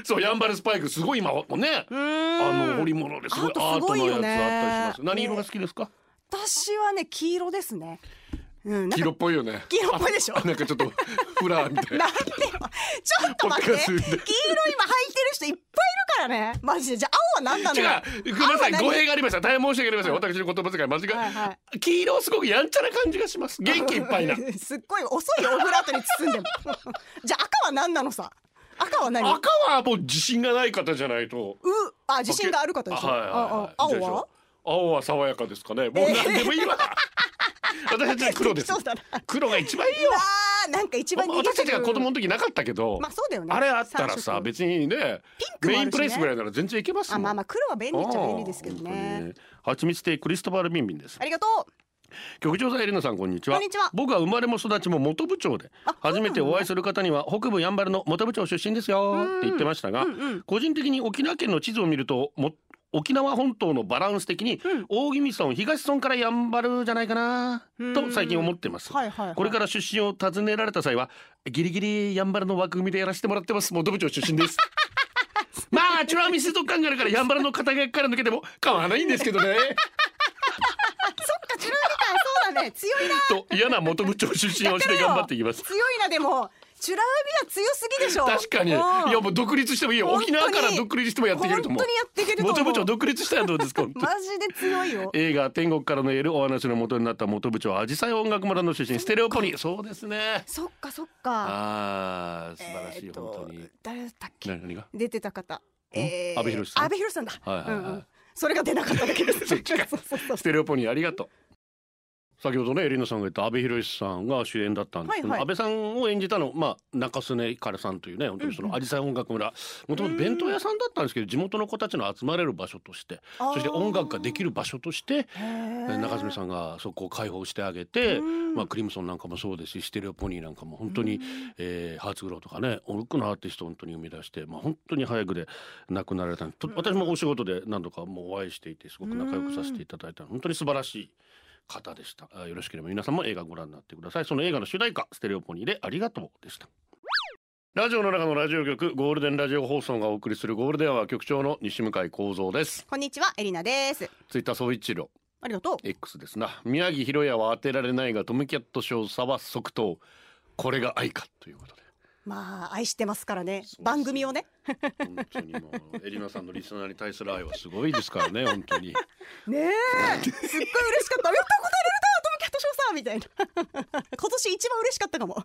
Speaker 4: そうヤンバルスパイクすごい今ね。
Speaker 2: うーん
Speaker 4: あの織物ですごい
Speaker 2: ア
Speaker 4: ア
Speaker 2: ー
Speaker 4: ー
Speaker 2: トすご
Speaker 4: ト
Speaker 2: い
Speaker 4: のや
Speaker 2: よ
Speaker 4: つ
Speaker 2: ね
Speaker 4: あったりします。何色が好きですか？
Speaker 2: 私はね黄色ですねうんなん
Speaker 4: 黄
Speaker 2: か
Speaker 4: 色っぽいよね。
Speaker 2: 黄色っぽいでしょ
Speaker 4: あなんかちょっとフラーみたいな
Speaker 2: な。んでよちょっと待って
Speaker 4: 僕が
Speaker 2: 黄
Speaker 4: 住ん
Speaker 2: 色
Speaker 4: で
Speaker 2: 今履いてる人いっぱいいるからねマジでじゃあ青は何なのよ
Speaker 4: 違うごめんなさい
Speaker 2: 青は何
Speaker 4: 語弊がありました大変申し訳ありません、私の言葉遣い間違い、
Speaker 2: はいは
Speaker 4: 黄色すごくやんちゃな感じがします元気いっぱい
Speaker 2: <laughs>
Speaker 4: な
Speaker 2: すっごい遅いオブラートに包んでもじゃあ赤は何なのさ赤は何
Speaker 4: 赤はもう自信がない方じゃないと
Speaker 2: うあ自信がある方でしょ、
Speaker 4: はいはいはい
Speaker 2: ああ青
Speaker 4: でし
Speaker 2: は
Speaker 4: ょ青は爽やかですかねもう何でもいいわ、私たちは黒です
Speaker 2: そうだな
Speaker 4: 黒が一番いいうよ
Speaker 2: わーなんか一番逃げてる
Speaker 4: 私たちが子供の時なかったけど、
Speaker 2: まあそうだよね
Speaker 4: あれあったら
Speaker 2: 三
Speaker 4: さ
Speaker 2: 色
Speaker 4: 別にね
Speaker 2: ピンク
Speaker 4: メ
Speaker 2: もあるしね
Speaker 4: インプレイスぐらいなら全然いけますも
Speaker 2: あ
Speaker 4: ん
Speaker 2: まあまあ黒は便利っちゃ便利ですけど
Speaker 1: 本当に
Speaker 2: ね
Speaker 1: ね。ハチミツ亭クリストファールビンビンです。
Speaker 2: ありがとう
Speaker 1: 局長さんエレナさんこんにちは
Speaker 2: こんにちは
Speaker 1: 僕は生まれも育ちも元部長で
Speaker 2: あ
Speaker 1: 初めてお会いする方には北部やんばるの元部長出身ですよって言ってましたが、個人的に沖縄県の地図を見るとも沖縄本島のバランス的に大宜味村東村からやんばるじゃないかなと最近思ってます、
Speaker 2: はいはいはい
Speaker 1: これから出身を尋ねられた際はギリギリやんばるの枠組みでやらせてもらってます元部長出身
Speaker 2: <laughs>
Speaker 1: ですまあチュラミスと考えるからやんばるの肩書きから抜けても構わないんですけどね
Speaker 2: あチュラウミタンそうだね
Speaker 1: <laughs>
Speaker 2: 強いな
Speaker 1: と嫌な元部長出身をして頑張っていきます
Speaker 2: 強いなでもチュラウミは強すぎでしょ
Speaker 4: 確かにい
Speaker 2: うん
Speaker 4: やもう独立してもいいよ
Speaker 2: 本当
Speaker 4: 沖
Speaker 2: に
Speaker 4: 縄から独立してもやっていけると思う
Speaker 2: 本当にやっていけると思う
Speaker 4: 元部長独立したらどうですか
Speaker 2: <laughs>
Speaker 4: 本当に
Speaker 2: マジで強いよ
Speaker 1: 映画「天国からのエール」お話の元になった元部長アジサイ音楽村の出身ステレオポニーそうですね
Speaker 2: そっかそっか
Speaker 1: あー素晴らしい、
Speaker 2: えーっと
Speaker 1: 本当に
Speaker 2: 誰だったっけ
Speaker 1: 何何が
Speaker 2: 出てた方えー
Speaker 1: 阿部寛さん
Speaker 2: 阿部寛さんだ
Speaker 1: はいはいはい
Speaker 2: うんうんそれが出なかっただけで
Speaker 1: <laughs>
Speaker 2: す
Speaker 1: そっちか
Speaker 2: そうそうそう
Speaker 1: ステレオポニーありがとう先ほどねエリナさんが言った阿部寛さんが主演だったんですけど、
Speaker 2: はいは
Speaker 1: 安
Speaker 2: い
Speaker 1: 倍さんを演じたの、まあ、中曽根かさんというね本当にそのアジサイ音楽村もともと弁当屋さんだったんですけど地元の子たちの集まれる場所として
Speaker 2: あー
Speaker 1: そして音楽ができる場所として
Speaker 2: へー
Speaker 1: 中澄さんがそこを開放してあげて、
Speaker 2: うん
Speaker 1: まあ、クリムソンなんかもそうですしステレオポニーなんかも本当に、えーハーツグローとかね多くのアーティストを本当に生み出して、まあ、本当に早くで亡くなられたんでと私もお仕事で何度かもうお会いしていてすごく仲良くさせていただいたの本当に素晴らしい方でしたあよろしければ皆さんも映画ご覧になってくださいその映画の主題歌「ステレオポニー」で「ありがとう」でした。ラジオの中のラジオ局ゴールデンラジオ放送がお送りするゴールデンは局長の西向井光三です
Speaker 2: こんにちはエリナです
Speaker 1: ツイッター総一郎
Speaker 2: ありがとう
Speaker 1: X ですな宮城博也は当てられないがトムキャット少佐は即答これが愛かということで
Speaker 2: まあ愛してますからね
Speaker 1: そうですよ
Speaker 2: 番組をね
Speaker 1: 本当にもうエリナさんのリスナーに対する愛はすごいですからね本当に
Speaker 2: ねえすっごい嬉しかったやった答えられたともキャットショーさんみたい <laughs> な今年一番嬉しかったかも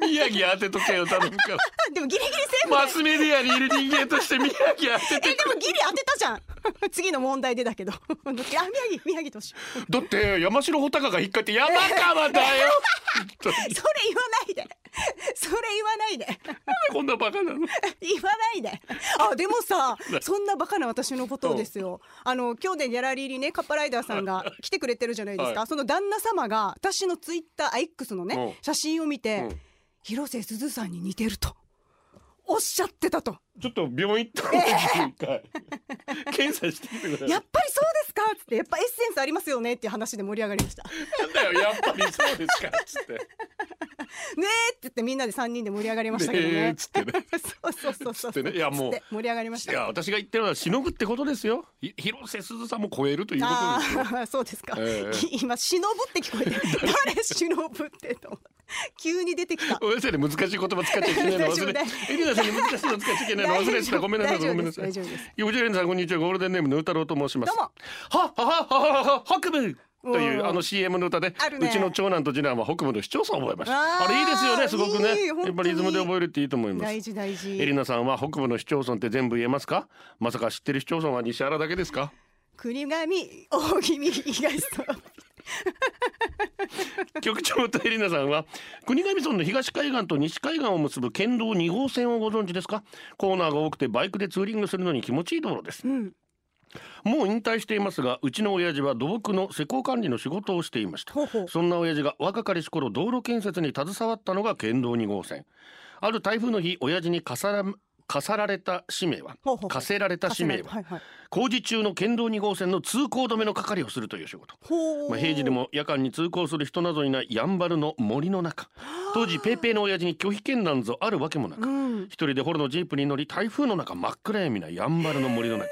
Speaker 4: 宮城当てとけよ頼むから
Speaker 2: でもギリギリセーフ
Speaker 4: マスメディアにいる人間として宮城当て
Speaker 2: え
Speaker 4: て
Speaker 2: でもギリ当てたじゃん <laughs> 次の問題でだけど <laughs> あ宮城宮城投手そ
Speaker 4: だって山城穂高が引っかって山川だよ
Speaker 2: れ言わないでそれ言わないで
Speaker 4: こんなバカなの <laughs>
Speaker 2: 言わないで <laughs> あでもさそんなバカな私のことをですよあの今日でギャラリーにねカッパライダーさんが来てくれてるじゃないですか、
Speaker 4: は
Speaker 2: その旦那様が私のツイッター X のね
Speaker 4: うん
Speaker 2: 写真を見て、
Speaker 4: うん
Speaker 2: 広瀬すずさんに似てるとおっしゃってたと
Speaker 4: ちょっと病院行った方がいいか検査してきてください
Speaker 2: やっぱりそうですかっつってやっぱエッセンスありますよねっていう話で盛り上がりました
Speaker 4: <laughs>
Speaker 2: ね
Speaker 4: なんだよやっぱりそうですかつって
Speaker 2: えって言ってみんなで3人で盛り上がりましたけど
Speaker 4: ねえ
Speaker 2: ね
Speaker 4: つってね
Speaker 2: <laughs> そうそうそうそう
Speaker 4: つってねいやもう
Speaker 2: つって盛り上がりまし
Speaker 4: い
Speaker 2: た
Speaker 4: や私が言ってるのはしのぐってことですよひ広瀬すずさんも超えるということ
Speaker 2: あ
Speaker 4: ですよ
Speaker 2: あー <laughs> そうですか、
Speaker 4: ええ
Speaker 2: き今忍ぶって聞こえて
Speaker 1: <laughs>
Speaker 2: 誰忍ぶってと思 <laughs> って急に出てきた
Speaker 4: ごめんなさいね難しい言葉使っちゃいけないの忘れ
Speaker 2: 大丈夫大丈
Speaker 4: エリナさんに難しいの使っちゃいけないの忘れてたごめんなさい
Speaker 2: 大丈
Speaker 4: ご
Speaker 2: 夫
Speaker 4: めん
Speaker 2: で
Speaker 4: な
Speaker 2: す
Speaker 4: さい
Speaker 2: 大丈夫です
Speaker 1: 幼児連さんこんにちはゴールデンネームの歌郎と申します
Speaker 2: どうも
Speaker 1: はははははは北部とい
Speaker 2: お
Speaker 1: う
Speaker 2: ー
Speaker 1: あの CM の歌で、
Speaker 2: ある
Speaker 1: う
Speaker 2: ね
Speaker 1: ちの長男と次男は北部の市町村を覚えまし
Speaker 2: あ
Speaker 1: た
Speaker 2: ー
Speaker 1: あれいいですよねすごく
Speaker 2: い
Speaker 1: ね
Speaker 2: い本当に
Speaker 1: やっぱりリズムで覚えるっていいと思います
Speaker 2: 大事大
Speaker 1: エリ
Speaker 2: 事
Speaker 1: ナさんは北部の市町村って全部言えますかまさか知ってる市町村は西原だけですか
Speaker 2: 国神大気味東
Speaker 1: <laughs>
Speaker 2: と
Speaker 1: 局長とエリナさんは国頭村の東海岸と西海岸を結ぶ県道2号線をご存知ですかコーナーが多くてバイクでツーリングするのに気持ちいい道路です、もう引退していますがうちの親父は土木の施工管理の仕事をしていました
Speaker 2: ほうほう
Speaker 1: そんな親父が若かりし頃道路建設に携わったのが県道2号線ある台風の日親父に課さら課さられた使命は
Speaker 2: ほうほう
Speaker 1: 課せられた使命は
Speaker 2: はいはい
Speaker 1: 工事中の県道2号線の通行止めの係をするという仕事
Speaker 2: ほう
Speaker 1: まあ、平時でも夜間に通行する人などいないやんばるの森の中当時ペーペーの親父に拒否権なんぞあるわけもなく、
Speaker 2: うん
Speaker 1: 一人でホロのジープに乗り台風の中真っ暗闇なやんばるの森の中へ、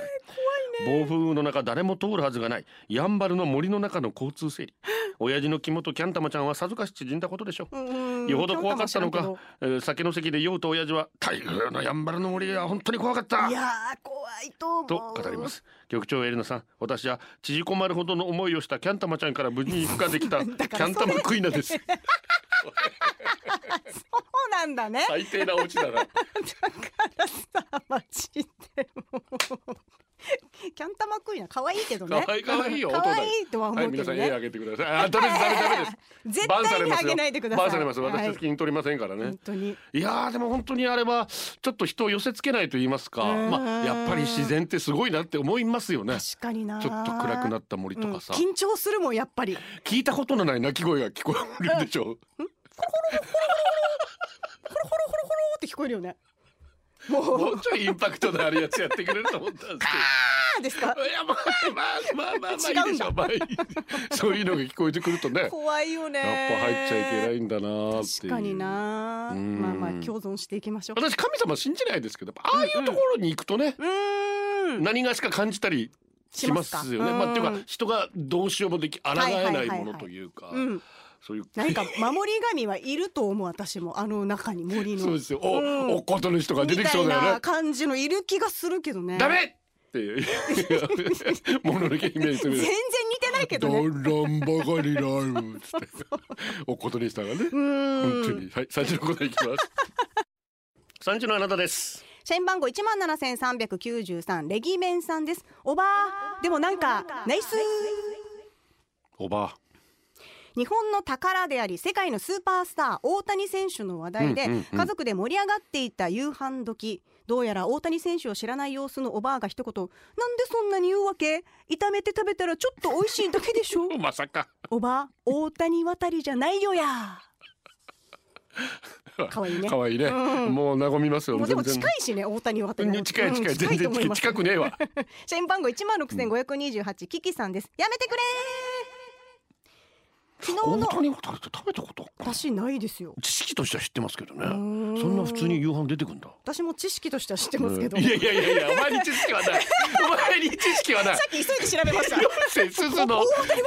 Speaker 1: 暴風雨の中誰も通るはずがないやんばるの森の中の交通整理親父の肝とキャンタマちゃんはさぞかし縮んだことでしょう
Speaker 2: うん
Speaker 1: <laughs> よほど怖かったの
Speaker 2: キャ
Speaker 1: か
Speaker 2: ンタマ知らん、
Speaker 1: えー酒の席で酔うと親父は「台風のやんばるの森は本当に怖かっ
Speaker 2: け
Speaker 1: た
Speaker 2: どい」やー怖いと思う
Speaker 1: と語ります局長エリナさん私は縮こまるほどの思いをしたキャンタマちゃんから無事に孵化できたキ
Speaker 2: <laughs> だから
Speaker 1: ャンタマクイナです
Speaker 2: そうなんだね
Speaker 4: 最低なオチだな
Speaker 2: だからさマジでもう <laughs> キャンタマクイナ可愛いけどね
Speaker 4: 可愛い可愛いよ
Speaker 2: 可
Speaker 4: 大人
Speaker 2: 愛いとは <laughs> 思
Speaker 4: はいう
Speaker 2: け
Speaker 4: 皆
Speaker 2: ど
Speaker 4: さん
Speaker 2: ね、
Speaker 4: 絵あげてくださいあダメですダメダメです
Speaker 2: <laughs> 絶
Speaker 4: バンさ
Speaker 2: 対
Speaker 4: れ
Speaker 2: に
Speaker 4: ま
Speaker 2: あ
Speaker 4: すよ
Speaker 2: げないでください
Speaker 1: バンされます私
Speaker 2: は
Speaker 1: 責任取りませんからね、
Speaker 2: 本当に
Speaker 1: い、やーでも本当にあれはちょっと人を寄せつけないと言いますか
Speaker 2: うん
Speaker 1: まあやっぱり自然ってすごいなって思いますよねち
Speaker 2: 確かに
Speaker 1: ょ
Speaker 2: な
Speaker 1: っと暗くなった森と
Speaker 2: うん
Speaker 1: かさ、
Speaker 2: 緊張するもんやっぱり
Speaker 1: 聞いたことのない鳴き声が聞こえるでしょ
Speaker 2: ホロホロホロって聞こえるよねも
Speaker 4: <laughs>
Speaker 2: う
Speaker 4: もうちょいインパクトのあるやつやってくれると思ったんですけど
Speaker 2: あーですか
Speaker 4: いやまあまあまあまあまあいいでし
Speaker 2: 違うん
Speaker 4: ょ
Speaker 2: だ
Speaker 4: うまあいい <laughs> そういうのが聞こえてくるとねやっぱ
Speaker 2: 怖いよね
Speaker 4: 入っちゃいけないんだなーってい
Speaker 2: 確
Speaker 4: う
Speaker 2: かにな
Speaker 1: ん
Speaker 2: まあまあ共存していきましょう
Speaker 4: 私神様信じないですけどやっぱああいうところに行くとね、
Speaker 2: うーん
Speaker 4: 何がしか感じたりしますよね
Speaker 2: しますか
Speaker 4: まあっていう
Speaker 2: う
Speaker 4: か
Speaker 2: ん
Speaker 4: 人がどうしようもでき抗えないものというか、
Speaker 2: うん
Speaker 4: そういう
Speaker 2: なんか守り神はいると思う私もあの中に森の
Speaker 4: そうですよお、
Speaker 2: うん
Speaker 4: おっことの人が出
Speaker 2: み
Speaker 4: てき
Speaker 2: た
Speaker 4: そ
Speaker 2: いう
Speaker 4: だよ
Speaker 2: な
Speaker 4: ね
Speaker 2: 感じのいる気がするけどね
Speaker 4: ダメっていう <laughs> もののけ姫にす
Speaker 2: 全 <laughs>
Speaker 4: る
Speaker 2: 然似てないけど
Speaker 4: ど
Speaker 2: ね
Speaker 4: んどんば
Speaker 2: <laughs>
Speaker 4: かりライブつっておっことでしたがね本当にはい最初の答えいきます
Speaker 1: 三時のあなたです
Speaker 2: 社員番号一万七千三百九十三レギメンさんです。おばーでもなんかナイス
Speaker 1: おば
Speaker 2: 日本の宝であり世界のスーパースター大谷選手の話題で、
Speaker 1: うんうんうん
Speaker 2: 家族で盛り上がっていた夕飯時どうやら大谷選手を知らない様子のおばあが一言なんでそんなに言うわけ炒めて食べたらちょっと美味しいだけ
Speaker 4: <laughs>
Speaker 2: でしょ
Speaker 4: まさか
Speaker 2: おばあ大谷渡りじゃないよ
Speaker 4: <laughs>
Speaker 2: や可愛いね
Speaker 4: 可愛いね、もう和みますよ
Speaker 2: もうでも
Speaker 4: 全
Speaker 2: 近
Speaker 4: 然
Speaker 2: いしね大谷渡り
Speaker 4: 近い近い近い、全然
Speaker 2: と思
Speaker 4: 近
Speaker 2: い
Speaker 4: い
Speaker 2: ます
Speaker 4: 近くねえわ
Speaker 2: 社員番号一万六千五百二十八キキさんです。やめてくれー。昨日
Speaker 5: 大
Speaker 2: の
Speaker 5: 谷蛍って食べたこと
Speaker 2: 私ないですよ。
Speaker 5: 知識としては知ってますけどね
Speaker 2: うーん
Speaker 5: そんな普通に夕飯出てくんだ
Speaker 2: 私も知識としては知ってますけど。
Speaker 1: いやいやいやいやお前に知識はないお前に知識はない
Speaker 2: さっき急いで調べました。
Speaker 1: 広瀬すずの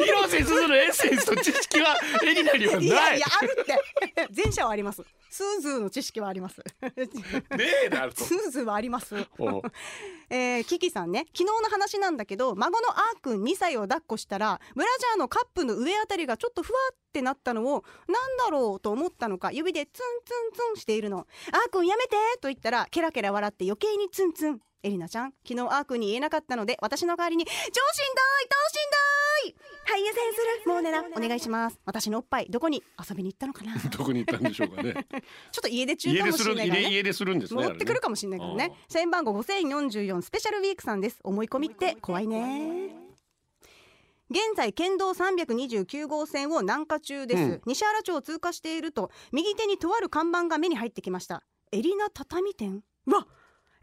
Speaker 1: 広瀬すずのエッセンスと知識は絵になりはない
Speaker 2: いやいやあるって。 <laughs> 前者はあります。スーズーの知識はあります。 <laughs>
Speaker 1: ねえなると
Speaker 2: スーズーはあります。
Speaker 1: おう
Speaker 2: えー、キキさんね昨日の話なんだけど孫のあーくん2歳を抱っこしたらブラジャーのカップの上あたりがちょっとふわってなったのをなんだろうと思ったのか指でツンツンツンしているのあーくんやめてと言ったらケラケラ笑って余計にツンツンエリナちゃん昨日あーくんに言えなかったので私の代わりに「超しんどい超しんどい!」「はい優先するもうねなお願いします私のおっぱいどこに遊びに行ったのかな」ちょ
Speaker 1: どこに行ったんでしょうかね
Speaker 2: っと家出中
Speaker 1: 家
Speaker 2: か
Speaker 1: 出
Speaker 2: も
Speaker 1: す
Speaker 2: し
Speaker 1: る
Speaker 2: れないからね
Speaker 1: 家出するんですね
Speaker 2: 戻ってくるかもしれないけどね社員番号5044スペシャルウィークさんです思い込みって怖いね現在県道329号線を南下中です、
Speaker 1: うん
Speaker 2: 西原町を通過していると右手にとある看板が目に入ってきましたエリナ畳店うわ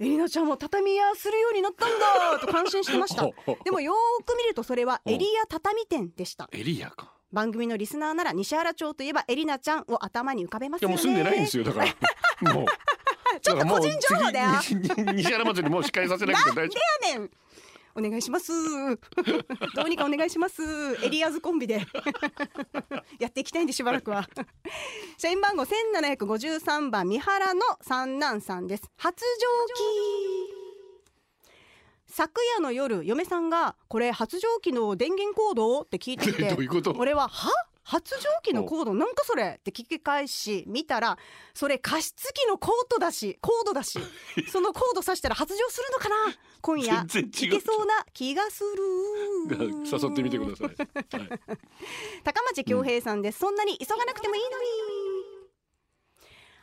Speaker 2: エリナちゃんも畳屋するようになったん
Speaker 1: <laughs>
Speaker 2: だと感心してました
Speaker 1: ほうほうほう
Speaker 2: でもよーく見るとそれはエリア畳店でした
Speaker 1: エリアか
Speaker 2: 番組のリスナーなら西原町といえばエリナちゃんを頭に浮かべま
Speaker 1: い
Speaker 2: す
Speaker 1: や
Speaker 2: よ
Speaker 1: も
Speaker 2: ね
Speaker 1: う住んでないんですよだから <laughs> もう
Speaker 2: ちょっと個人情報だよ
Speaker 1: だからもう次に西原町にもう司会させなくて大丈
Speaker 2: やねんお願いします <laughs> どうにかお願いしますエリアーズコンビで <laughs> やっていきたいんでしばらくは社員番号1753番三原の三男さんです発情期昨夜の夜嫁さんがこれ発情期の電源コードって聞いてき
Speaker 1: 夫 <laughs>
Speaker 2: て
Speaker 1: どういうこと
Speaker 2: 俺は「は発情期のコードなんかそれ?」って聞き返し見たらそれ加湿器のコートだしコー
Speaker 1: <laughs>
Speaker 2: ドだしそのコード刺したら発情するのかな今夜
Speaker 1: 全
Speaker 2: い
Speaker 1: 然違う
Speaker 2: けそうな気がする
Speaker 1: 誘ってみてください、はい、
Speaker 2: 高町恭平さんです、そんなに急がなくてもいいのに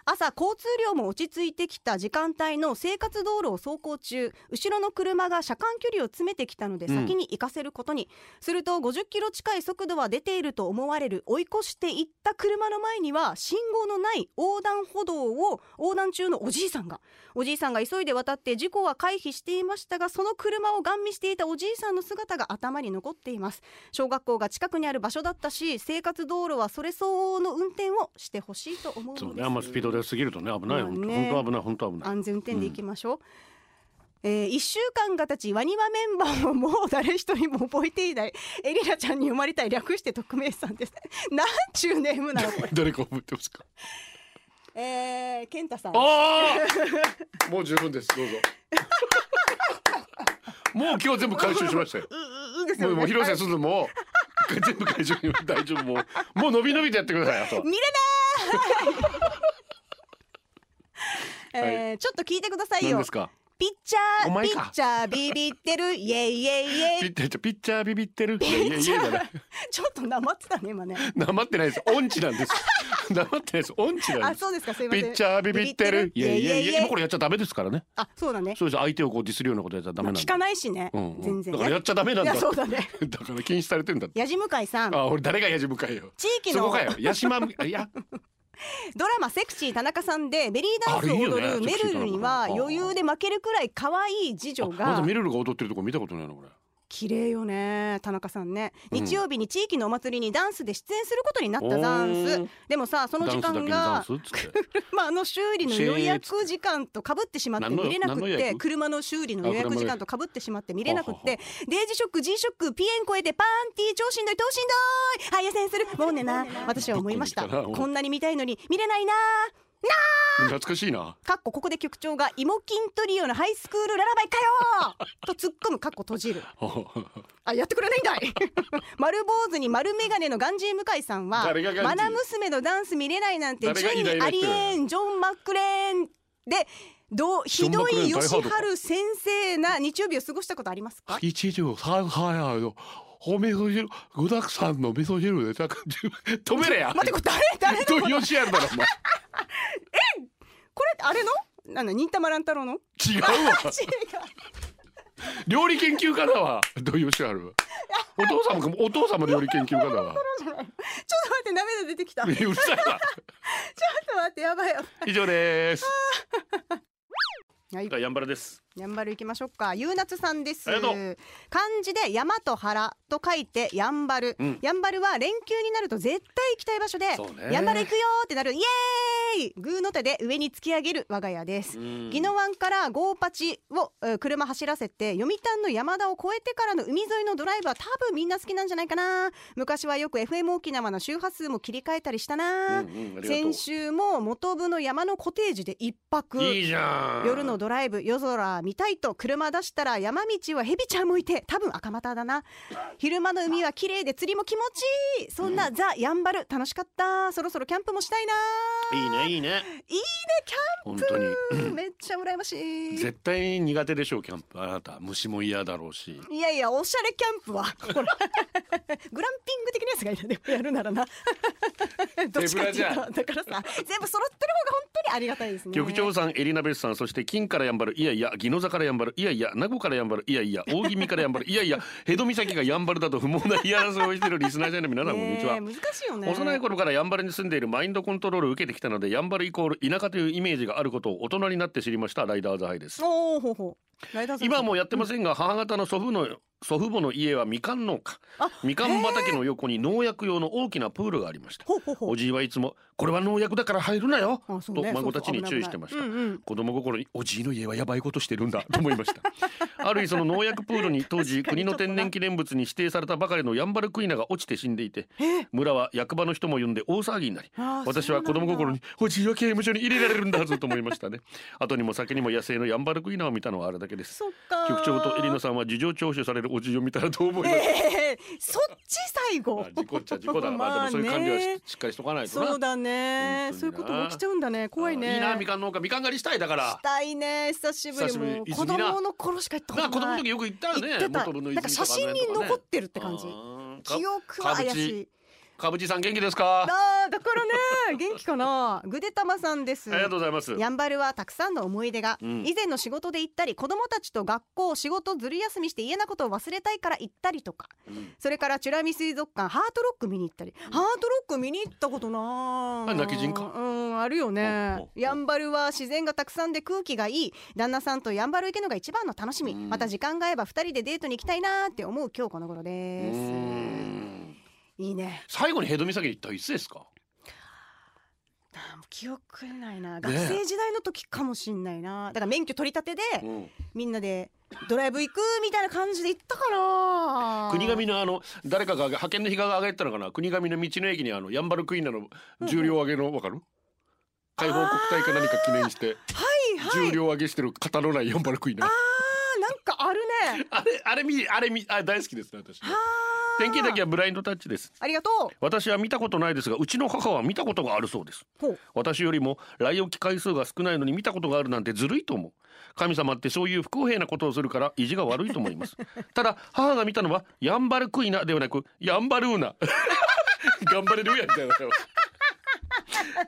Speaker 2: 朝交通量も落ち着いてきた時間帯の生活道路を走行中後ろの車が車間距離を詰めてきたので
Speaker 1: うん
Speaker 2: 先に行かせることに、すると50キロ近い速度は出ていると思われる追い越していった車の前には信号のない横断歩道を横断中のおじいさんがおじいさんが急いで渡って事故は回避していましたがその車をガン見していたおじいさんの姿が頭に残っています小学校が近くにある場所だったし生活道路はそれ相応の運転をしてほしいと思うのです
Speaker 1: そうねあんまスピード出すぎるとね危ない
Speaker 2: まあ
Speaker 1: 本当、
Speaker 2: ね
Speaker 1: 本当危ない本当危ない
Speaker 2: 安全運転でいきましょう、え1週間が経ちワニマメンバーをもう誰一人も覚えていないエリナちゃんに生まれたい略して匿名さんです <laughs> なんちゅうネームなのこれ
Speaker 1: 誰か覚えてますか
Speaker 2: えー、ケンタさん
Speaker 1: ああ <laughs> もう十分ですどうぞもう今日全部回収しましたよ
Speaker 2: うううです
Speaker 1: も
Speaker 2: よ
Speaker 1: う
Speaker 2: ね
Speaker 1: もう広瀬すずも全部回収大丈夫もうもう伸び伸びとやってくださいあと
Speaker 2: 見れない、
Speaker 1: はい
Speaker 2: えーちょっと聞いてください
Speaker 1: 何
Speaker 2: よ
Speaker 1: ですか
Speaker 2: ピッチャ
Speaker 1: お
Speaker 2: ー
Speaker 1: 前
Speaker 2: ピ
Speaker 1: か
Speaker 2: ッチャービビってるイエイイエイイエ
Speaker 1: ピ
Speaker 2: イ
Speaker 1: ッチャーピッチャービビってるいやいやいやだね
Speaker 2: ちょっとなまってたね今ね
Speaker 1: なまってないです音痴なんですなまってないです音痴なん
Speaker 2: あ
Speaker 1: です
Speaker 2: そうですかすいま
Speaker 1: ピ
Speaker 2: せん
Speaker 1: ッチャービビってるいやいやいや今これやっちゃダメですからね
Speaker 2: あそうだね
Speaker 1: そうです相手をこうディスるようなことやっちゃダメなんだ
Speaker 2: 聞かないしね、
Speaker 1: うんうん
Speaker 2: 全然
Speaker 1: だからやっちゃダメなんだ
Speaker 2: いやそうだね
Speaker 1: だから禁止されてんだって
Speaker 2: 矢島向井さん
Speaker 1: あ俺誰がやじ向かいよ
Speaker 2: 地域
Speaker 1: そ
Speaker 2: の
Speaker 1: こかよ八島むあいや
Speaker 2: ドラマ「セクシー田中さん」でベリーダンス
Speaker 1: あれ
Speaker 2: を踊
Speaker 1: いいよ
Speaker 2: る
Speaker 1: ね
Speaker 2: メルルには
Speaker 1: セクシー田中さん
Speaker 2: 余裕で負けるくらい可愛い次
Speaker 1: あ
Speaker 2: 女
Speaker 1: まだ
Speaker 2: が
Speaker 1: メルルが踊ってるとこ見たことないのこれ
Speaker 2: 綺麗よね田中さんね
Speaker 1: うん
Speaker 2: 日曜日に地域のお祭りにダンスで出演することになったダン
Speaker 1: おー
Speaker 2: スでもさその
Speaker 1: ダ
Speaker 2: 時
Speaker 1: ンスだけ
Speaker 2: 間
Speaker 1: にダン
Speaker 2: が <laughs>
Speaker 1: スっつって
Speaker 2: 車の修理の予約時間とかぶってしまって
Speaker 1: 何の
Speaker 2: 見れなくっ
Speaker 1: 何の予
Speaker 2: て
Speaker 1: 約
Speaker 2: 車の修理の予約時間とかぶってしまって見れなくってデイジショック G ショックピエン超えてパンティー超しんどい超しんどいはい優先するもうねな私は思いました
Speaker 1: どっかに行ったな
Speaker 2: こんなに見たいのに見れないな
Speaker 1: 懐かしいな
Speaker 2: かっこここで局長が「イモキントリオのハイスクールララバイかよ!」と突っ込むかっこ閉じるあやってくれないんだい <laughs> 丸坊主に丸眼鏡のガンジー向井さんは
Speaker 1: 誰がガンジー
Speaker 2: マナ娘のダンス見れないなんて
Speaker 1: 誰が
Speaker 2: 順
Speaker 1: イライ
Speaker 2: に
Speaker 1: ラ
Speaker 2: あ
Speaker 1: して
Speaker 2: り
Speaker 1: る
Speaker 2: えんジョン・マクレーンでどう
Speaker 1: ジ
Speaker 2: ひ
Speaker 1: ョンマ
Speaker 2: ど
Speaker 1: クレーン
Speaker 2: い吉
Speaker 1: 大ハード
Speaker 2: 春先生な日曜日を過ごしたことありますか
Speaker 1: 一条三杯あのお味噌汁具沢山の味噌汁で止めれや
Speaker 2: 待ってこれ誰誰のこれ
Speaker 1: よしやるだろお前
Speaker 2: これあれのなんだ忍たま乱太郎の
Speaker 1: 違うわ
Speaker 2: 違う
Speaker 1: 料理研究家だわ土井善晴お父さんもお父さんも料理研究家だわ
Speaker 2: ちょっと待って涙出てき
Speaker 1: <laughs>
Speaker 2: た
Speaker 1: う
Speaker 2: ちょ
Speaker 1: る
Speaker 2: っ
Speaker 1: さいわ
Speaker 2: と待ってやばいよ
Speaker 1: 以上です
Speaker 2: はい
Speaker 3: じゃあやんばるです
Speaker 2: やんばる行きましょうか。ゆうなつさんです。
Speaker 3: あり
Speaker 2: 漢
Speaker 3: がとう
Speaker 2: 字で山と原と書いてやんばる。
Speaker 3: うん
Speaker 2: やんばるは連休になると絶対行きたい場所で
Speaker 3: そう、ね
Speaker 2: やんばる行くよーってなるイエーイ。グーの手で上に突き上げる我が家です。
Speaker 3: うん
Speaker 2: 宜野湾からゴーパチをえー車走らせて読谷の山田を越えてからの海沿いのドライブは多分みんな好きなんじゃないかな昔はよく FM 沖縄の周波数も切り替えたりしたな、
Speaker 3: うんうんありがとう
Speaker 2: 先週も元部の山のコテージで一泊
Speaker 3: いいじゃん
Speaker 2: 夜のドライブ夜空見たいと車出したら山道はヘビちゃんもいて多分赤股だな昼間の海は綺麗で釣りも気持ちいいそんなザ・やんばる楽しかったそろそろキャンプもしたいない
Speaker 3: いねいいね
Speaker 2: いいね
Speaker 3: 本当に
Speaker 2: キャンプめっちゃ羨ましい
Speaker 1: 絶対苦手でしょうキャンプあなた虫も嫌だろうし
Speaker 2: いやいやおしゃれキ <laughs> ャンプはほらグランピング的なやつがいいなでもやるならなどっちかってい
Speaker 1: 手ぶら
Speaker 2: う
Speaker 1: じゃ
Speaker 2: とだからさ全部揃ってる方が本当にありがたいですね
Speaker 1: 局長さんエリナベスさんそして金からやんばるいやいや宜野座からやんばるいやいや名護からやんばるいやいや大宜味からやんばるいやいや江戸岬がやんばるだと不毛な言い争いをしているリスナーさんの皆さんこんにちは
Speaker 2: ねえ難しいよね
Speaker 1: 幼い頃からやんばるに住んでいるマインドコントロールを受けてきたのでやんばるイコール田舎というイメージがあることを大人になって知りましたライダーズハイです
Speaker 2: おおほうほうライダーさん
Speaker 1: 今はもうやってませんが母方の祖父の祖父母の家はみかん農家みかん畑の横に農薬用の大きなプールがありました
Speaker 2: ほうほうほう
Speaker 1: おじいはいつもこれは農薬だから入るなよ
Speaker 2: あそう
Speaker 1: と
Speaker 2: ね
Speaker 1: 孫たちに
Speaker 2: そうそう
Speaker 1: 注意してました
Speaker 2: 危ない危ないうんうん
Speaker 1: 子供心におじいの家はやばいことしてるんだと思いま
Speaker 2: <laughs>
Speaker 1: したある日その農薬プールに当時
Speaker 2: 確かに
Speaker 1: 国
Speaker 2: ちょ
Speaker 1: の
Speaker 2: っとな
Speaker 1: 天然記念物に指定されたばかりのヤンバルクイナが落ちて死んでいて村は役場の人も呼んで大騒ぎになり
Speaker 2: あー
Speaker 1: 私は子供心におじいは刑務所に入れられるんだぞと思いましたね <laughs> 後にも先にも野生のヤンバルクイナを見たのはあれだけです
Speaker 2: そっか
Speaker 1: 局長とエリノさんは事情聴取されるおじいを見たらどう思いますか、
Speaker 2: ええそっち最後
Speaker 1: まあ事故っちゃ事故だか
Speaker 2: <laughs>
Speaker 1: ら、まあ、でもそういう管理はししっかりしとかないとな
Speaker 2: そうだ
Speaker 1: 本当に
Speaker 2: ね
Speaker 1: な
Speaker 2: そういうことも起きちゃうんだね怖い
Speaker 1: あ
Speaker 2: ね
Speaker 1: いいなみかん農家みかん狩りしたいだから
Speaker 2: したいね久しぶり
Speaker 1: 久しぶり
Speaker 2: もう
Speaker 1: 泉
Speaker 2: 子
Speaker 1: な
Speaker 2: 供の頃しか行ったこ
Speaker 1: な
Speaker 2: と
Speaker 1: 子供
Speaker 2: な
Speaker 1: の
Speaker 2: い
Speaker 1: 時よく行ったよ
Speaker 2: 行っ
Speaker 1: ね
Speaker 2: てた
Speaker 1: 元部の
Speaker 2: なんか写真に残ってるって感じ記憶は怪しい
Speaker 1: かぶちさん元気ですかあ
Speaker 2: あーだからね元気かなぐでたまさんです
Speaker 1: りがとうございます
Speaker 2: やんばるはたくさんの思い出が、
Speaker 1: うん
Speaker 2: 以前の仕事で行ったり子供たちと学校仕事ずる休みして嫌なことを忘れたいから行ったりとか、
Speaker 1: うん
Speaker 2: それからチュラミ水族館ハートロック見に行ったり、ハートロック見に行ったことな
Speaker 1: あ泣き人か
Speaker 2: うんあるよ
Speaker 1: ほう
Speaker 2: ね
Speaker 1: ほう
Speaker 2: やんばるは自然がたくさんで空気がいい旦那さんとやんばる行けのが一番の楽しみ、
Speaker 1: うん
Speaker 2: また時間が合えば二人でデートに行きたいなーって思う今日この頃
Speaker 1: う
Speaker 2: です
Speaker 1: ん
Speaker 2: いいね
Speaker 1: 最後にヘド岬に行ったのいつですか
Speaker 2: あもう記憶にないな学生時代の時かもしんないな、だから免許取り立てでみんなでドライブ行くみたいな感じで行ったかな
Speaker 1: 国神のあの誰かが派遣の日が上げたのかな国神の道の駅にあのヤンバルクイナの重量上げのわかる解放国体か何か記念して
Speaker 2: はいはい
Speaker 1: 重量上げしてる肩のないヤンバルクイナ
Speaker 2: あーなんかあるね
Speaker 1: あれあれ見あれ見あ大好きですね私
Speaker 2: はー
Speaker 1: 典型だけはブラインドタッチです
Speaker 2: ありがと
Speaker 1: 私は見たことないですがうちの母は見たことがあるそうです
Speaker 2: うほう
Speaker 1: 私よりも来沖回数が少ないのに見たことがあるなんてずるいと思う神様ってそういう不公平なことをするから意地が悪いと思い
Speaker 2: <laughs>
Speaker 1: ますただ母が見たのはヤンバルクイナではなくヤンバルーナ <laughs> 頑張れるやみたい
Speaker 2: <laughs>
Speaker 1: な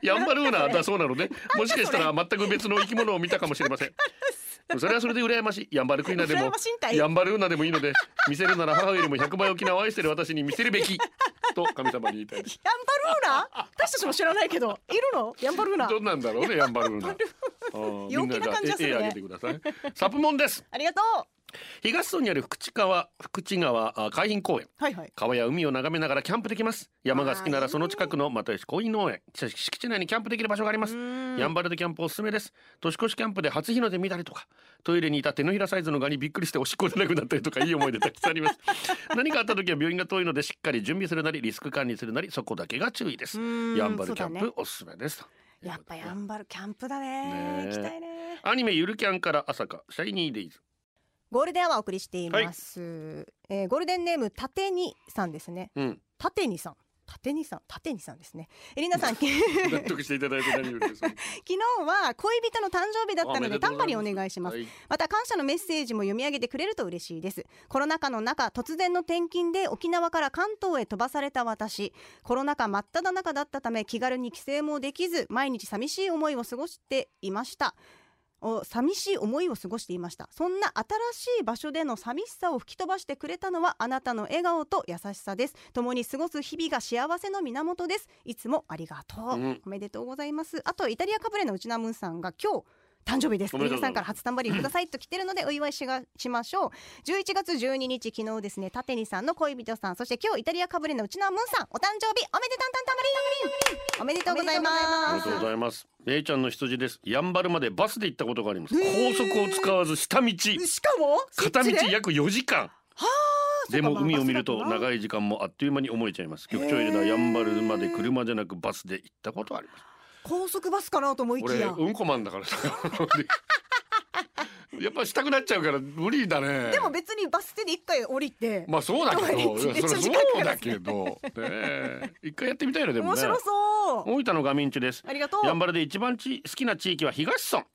Speaker 1: ヤンバルーナだそうなのでもしかしたら全く別の生き物を見たかもしれませんそれはそれで羨ましいヤンバルクイナで
Speaker 2: 羨
Speaker 1: も
Speaker 2: ましいんかい
Speaker 1: ヤンバルーナでもいいので見せるなら母よりも100倍沖縄を愛してる私に見せるべきと神様に言いたいです
Speaker 2: ヤンバルーナ私たちも知らないけどいるのヤンバルーナ
Speaker 1: どんなんだろうねヤンバルーナ。あー
Speaker 2: 陽気な感じがするね
Speaker 1: みんなじゃあ絵絵あげてください。サプモンです。
Speaker 2: ありがとう
Speaker 1: 東村にある福知川福知川あ海浜公園。
Speaker 2: はいはい
Speaker 1: 川や海を眺めながらキャンプできます。山が好きならその近くの又吉公園農園し敷地内にキャンプできる場所があります。やんばるでキャンプおすすめです。年越しキャンプで初日の出見たりとか、トイレにいた手のひらサイズのガにびっくりしておしっこ出なくなったりとかいい思い出たくさんあり
Speaker 2: <laughs>
Speaker 1: ます。何かあった時は病院が遠いのでしっかり準備するなりリスク管理するなりそこだけが注意です。
Speaker 2: うん
Speaker 1: やんばるキャン
Speaker 2: そうだね
Speaker 1: プおすすめです。
Speaker 2: やっぱヤンバルキャンプだね
Speaker 1: ねえ
Speaker 2: 行きたいね
Speaker 1: アニメゆるキャンから朝かシャイニーデイズ。
Speaker 2: ゴールデンはお送りしています、えーゴールデンネームたてにさんですね <laughs>
Speaker 1: うん。
Speaker 2: たてにさんたてにさんたてにさんですねえりなさん昨
Speaker 1: 納得していただいて何より
Speaker 2: <laughs>
Speaker 1: です。
Speaker 2: 日は恋人の誕生日だったので短波にお願いします
Speaker 1: はい
Speaker 2: また感謝のメッセージも読み上げてくれると嬉しいですコロナ禍の中突然の転勤で沖縄から関東へ飛ばされた私コロナ禍真っ只中だったため気軽に帰省もできず毎日寂しい思いを過ごしていましたお寂しい思いを過ごしていましたそんな新しい場所での寂しさを吹き飛ばしてくれたのはあなたの笑顔と優しさです共に過ごす日々が幸せの源ですいつもありがとう、
Speaker 1: うん
Speaker 2: おめでとうございますあとイタリアかぶれの内田ムーさんが今日誕生日です
Speaker 1: おめでとうございます
Speaker 2: 皆さんから初タンバリンくださいと来てるのでお祝いしがしましょう11月12日昨日ですねタテニさんの恋人さんそして今日イタリアかぶれのうちのムンさんお誕生日おめでたんたんタンバリンおめでとうござい
Speaker 1: あり
Speaker 2: ま
Speaker 1: が
Speaker 2: す
Speaker 1: とうございます。レイちゃんの羊です。やんばるまでバスで行ったことがあります。高速を使わず下道、
Speaker 2: しかも
Speaker 1: 片道
Speaker 2: そっちで
Speaker 1: 約4時間。
Speaker 2: あ
Speaker 1: でも
Speaker 2: そうかまあ
Speaker 1: 海を見る
Speaker 2: バ
Speaker 1: と
Speaker 2: スだとな
Speaker 1: 長い時間もあっという間に思えちゃいます。局長入れたやんばるまで車じゃなくバスで行ったことあります。
Speaker 2: 高速バスかなと思いき
Speaker 4: 俺
Speaker 2: や
Speaker 4: うんこマンだから
Speaker 1: <laughs>
Speaker 4: さやっぱしたくなっちゃうから無理だね
Speaker 2: でも別にバス停で一回降りて
Speaker 4: まあそうだけどい
Speaker 2: 一
Speaker 4: や
Speaker 2: 日
Speaker 4: それ
Speaker 2: 一日
Speaker 4: そ
Speaker 2: かか
Speaker 4: う
Speaker 2: るから
Speaker 4: だ
Speaker 2: ね
Speaker 4: けど、ねえ、一回やってみたいなでも
Speaker 2: 面
Speaker 4: ね
Speaker 2: 白そう
Speaker 1: 大分のガミンチです。
Speaker 2: ありがとう
Speaker 1: やんばるで一番ち好きな地域は東村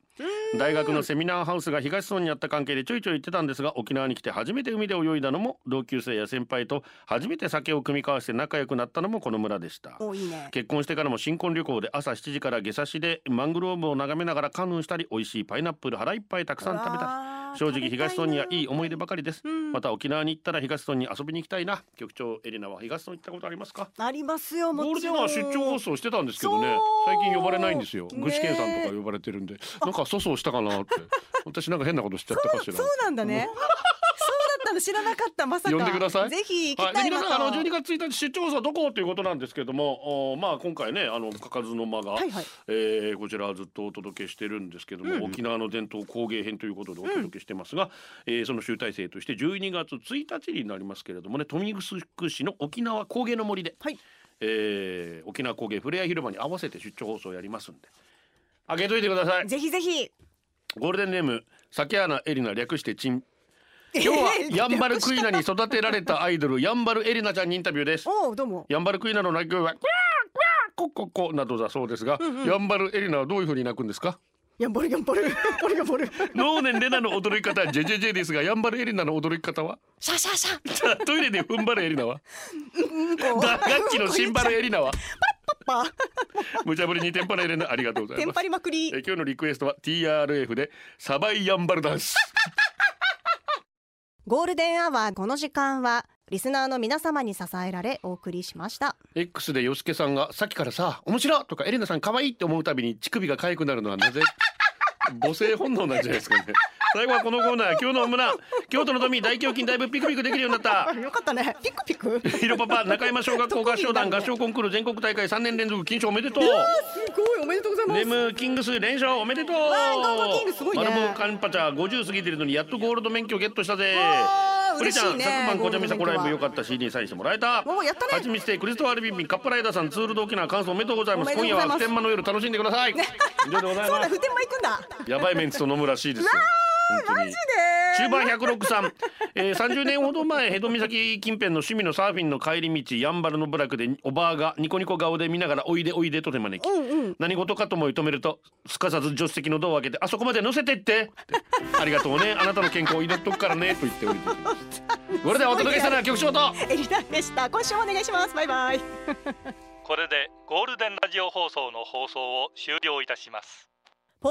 Speaker 1: 大学のセミナーハウスが東村にあった関係でちょいちょい行ってたんですが沖縄に来て初めて海で泳いだのも同級生や先輩と初めて酒を酌み交わして仲良くなったのもこの村でした
Speaker 2: おいいね
Speaker 1: 結婚してからも新婚旅行で朝7時から下差しでマングローブを眺めながらカヌーしたり美味しいパイナップル腹いっぱいたくさん食べた
Speaker 2: あー
Speaker 1: 正直東村にはいい思い出ば
Speaker 2: 食
Speaker 1: かりです、
Speaker 2: うん
Speaker 1: また沖縄に行ったら東村に遊びに行きたいな局長エリナは東村行ったことありますか
Speaker 2: べたいなありますよも
Speaker 4: ゴール
Speaker 2: ち
Speaker 4: デン
Speaker 2: ろん
Speaker 4: は出張放送してたんですけどね
Speaker 2: そう
Speaker 4: 最近呼ばれないんですよ
Speaker 2: ね
Speaker 4: 具志堅さんとか呼ばれてるんでなんか粗相したか
Speaker 2: <laughs>
Speaker 4: なって私なんか変なことしちゃったかしら
Speaker 2: そうなんだね。そうだったの知らなかったまさか。
Speaker 4: 呼んでください
Speaker 2: ぜひ行
Speaker 1: はい、で
Speaker 2: きたい
Speaker 1: 皆
Speaker 2: ま
Speaker 1: さ
Speaker 2: た。
Speaker 1: んあの12月1日出張放送どこっていうことなんですけれどもおーまあ今回ねあのかかずの間が、
Speaker 2: はいはい
Speaker 1: えーこちらずっとお届けしてるんですけども、沖縄の伝統工芸編ということでお届けしてますが、えーその集大成として12月1日になりますけれどもね富城市の沖縄工芸の森で、
Speaker 2: はい
Speaker 1: えー沖縄工芸ふれあい広場に合わせて出張放送やりますんで開けといてください
Speaker 2: ぜひぜひ。
Speaker 1: ゴールデンネーム酒穴エリナ略してチン今日はヤンバルクイナに育てられたアイドルヤンバルエリナちゃんにインタビューです
Speaker 2: おおどうも。
Speaker 1: ヤンバルクイナの鳴き声はクワークワーコッコッコなどだそうですが、ヤンバルエリナはどういうふうに鳴くんですか
Speaker 2: やんばるやんばるやん <laughs> ばるやんばる。
Speaker 1: 能年レナの驚き方はジェジェジェですがヤンバルエリナの驚き方は
Speaker 2: シャシャシャ。
Speaker 1: トイレで踏ん張るエリナは
Speaker 2: うんこう。
Speaker 1: 打楽器のシンバルエリナは
Speaker 2: パッ
Speaker 1: 無茶ぶりにテンパるエリナありがとうござ
Speaker 2: <laughs> テ
Speaker 1: い
Speaker 2: ン
Speaker 1: ま
Speaker 2: パ
Speaker 1: す
Speaker 2: りまくり
Speaker 1: <laughs> え。今日のリクエストは TRF でサバイヤンバルダンス
Speaker 2: ゴールデンアワーこの時間はリスナーの皆様に支えられお送りしました。
Speaker 1: <laughs> X でヨシケさんがさっきからさ面白いとかエリナさん可愛いって思うたびに乳首が痒くなるのはなぜ <laughs> 母性本能なんじゃないですかね最後はこのコーナー今日のオムラン京都の富大胸筋だいぶピクピクできるようになった
Speaker 2: よかったね。ピクピ <laughs> ク。す
Speaker 1: ひろパパ中山小学校合唱団合唱コンクール全国大会3年連続金賞おめでとう
Speaker 2: ごいおめでとうございま
Speaker 1: ネ
Speaker 2: す。
Speaker 1: ムキングス連勝おめでとう
Speaker 2: ーゴーゴーキングすごいね
Speaker 1: マルモカンパチャ50過ぎてるのにやっとゴールド免許ゲットしたぜ
Speaker 2: わー
Speaker 1: プリちゃん
Speaker 2: 嬉しい
Speaker 1: 昨
Speaker 2: ね
Speaker 1: 晩こちゃみさこ
Speaker 2: ゴールド免許は
Speaker 1: ライブ良かった CD にサインしてもらえた
Speaker 2: おーやったね
Speaker 1: はちみつてクリストワルビンビンカップライダーさんツールド沖縄感想おめでとうございます
Speaker 2: おめ
Speaker 1: 今
Speaker 2: で
Speaker 1: 夜はい普
Speaker 2: とうござます
Speaker 1: 天間の夜楽しんでください <laughs> 以上でござい
Speaker 2: そう
Speaker 1: ま
Speaker 2: だ
Speaker 1: す
Speaker 2: 普天間行くんだ。
Speaker 1: <laughs> やばいメンツと野村 C ですよマジで中盤106さん、えー、30年ほど前江戸岬近辺の趣味のサーフィンの帰り道やんばるの部落でおばあがニコニコ顔で見ながら「おいでおいで」と手招き、何事かと思い止めるとすかさず助手席のドアを開けて「あそこまで乗せてって」ってありがとうねあなたの健康を祈っとくからね」と言っておいてきますこれではお届けしたのは局長と
Speaker 2: エリナでした。今週もお願いします。バイバイ。
Speaker 3: これでゴールデンラジオ放送の放送を終了いたします
Speaker 2: ポ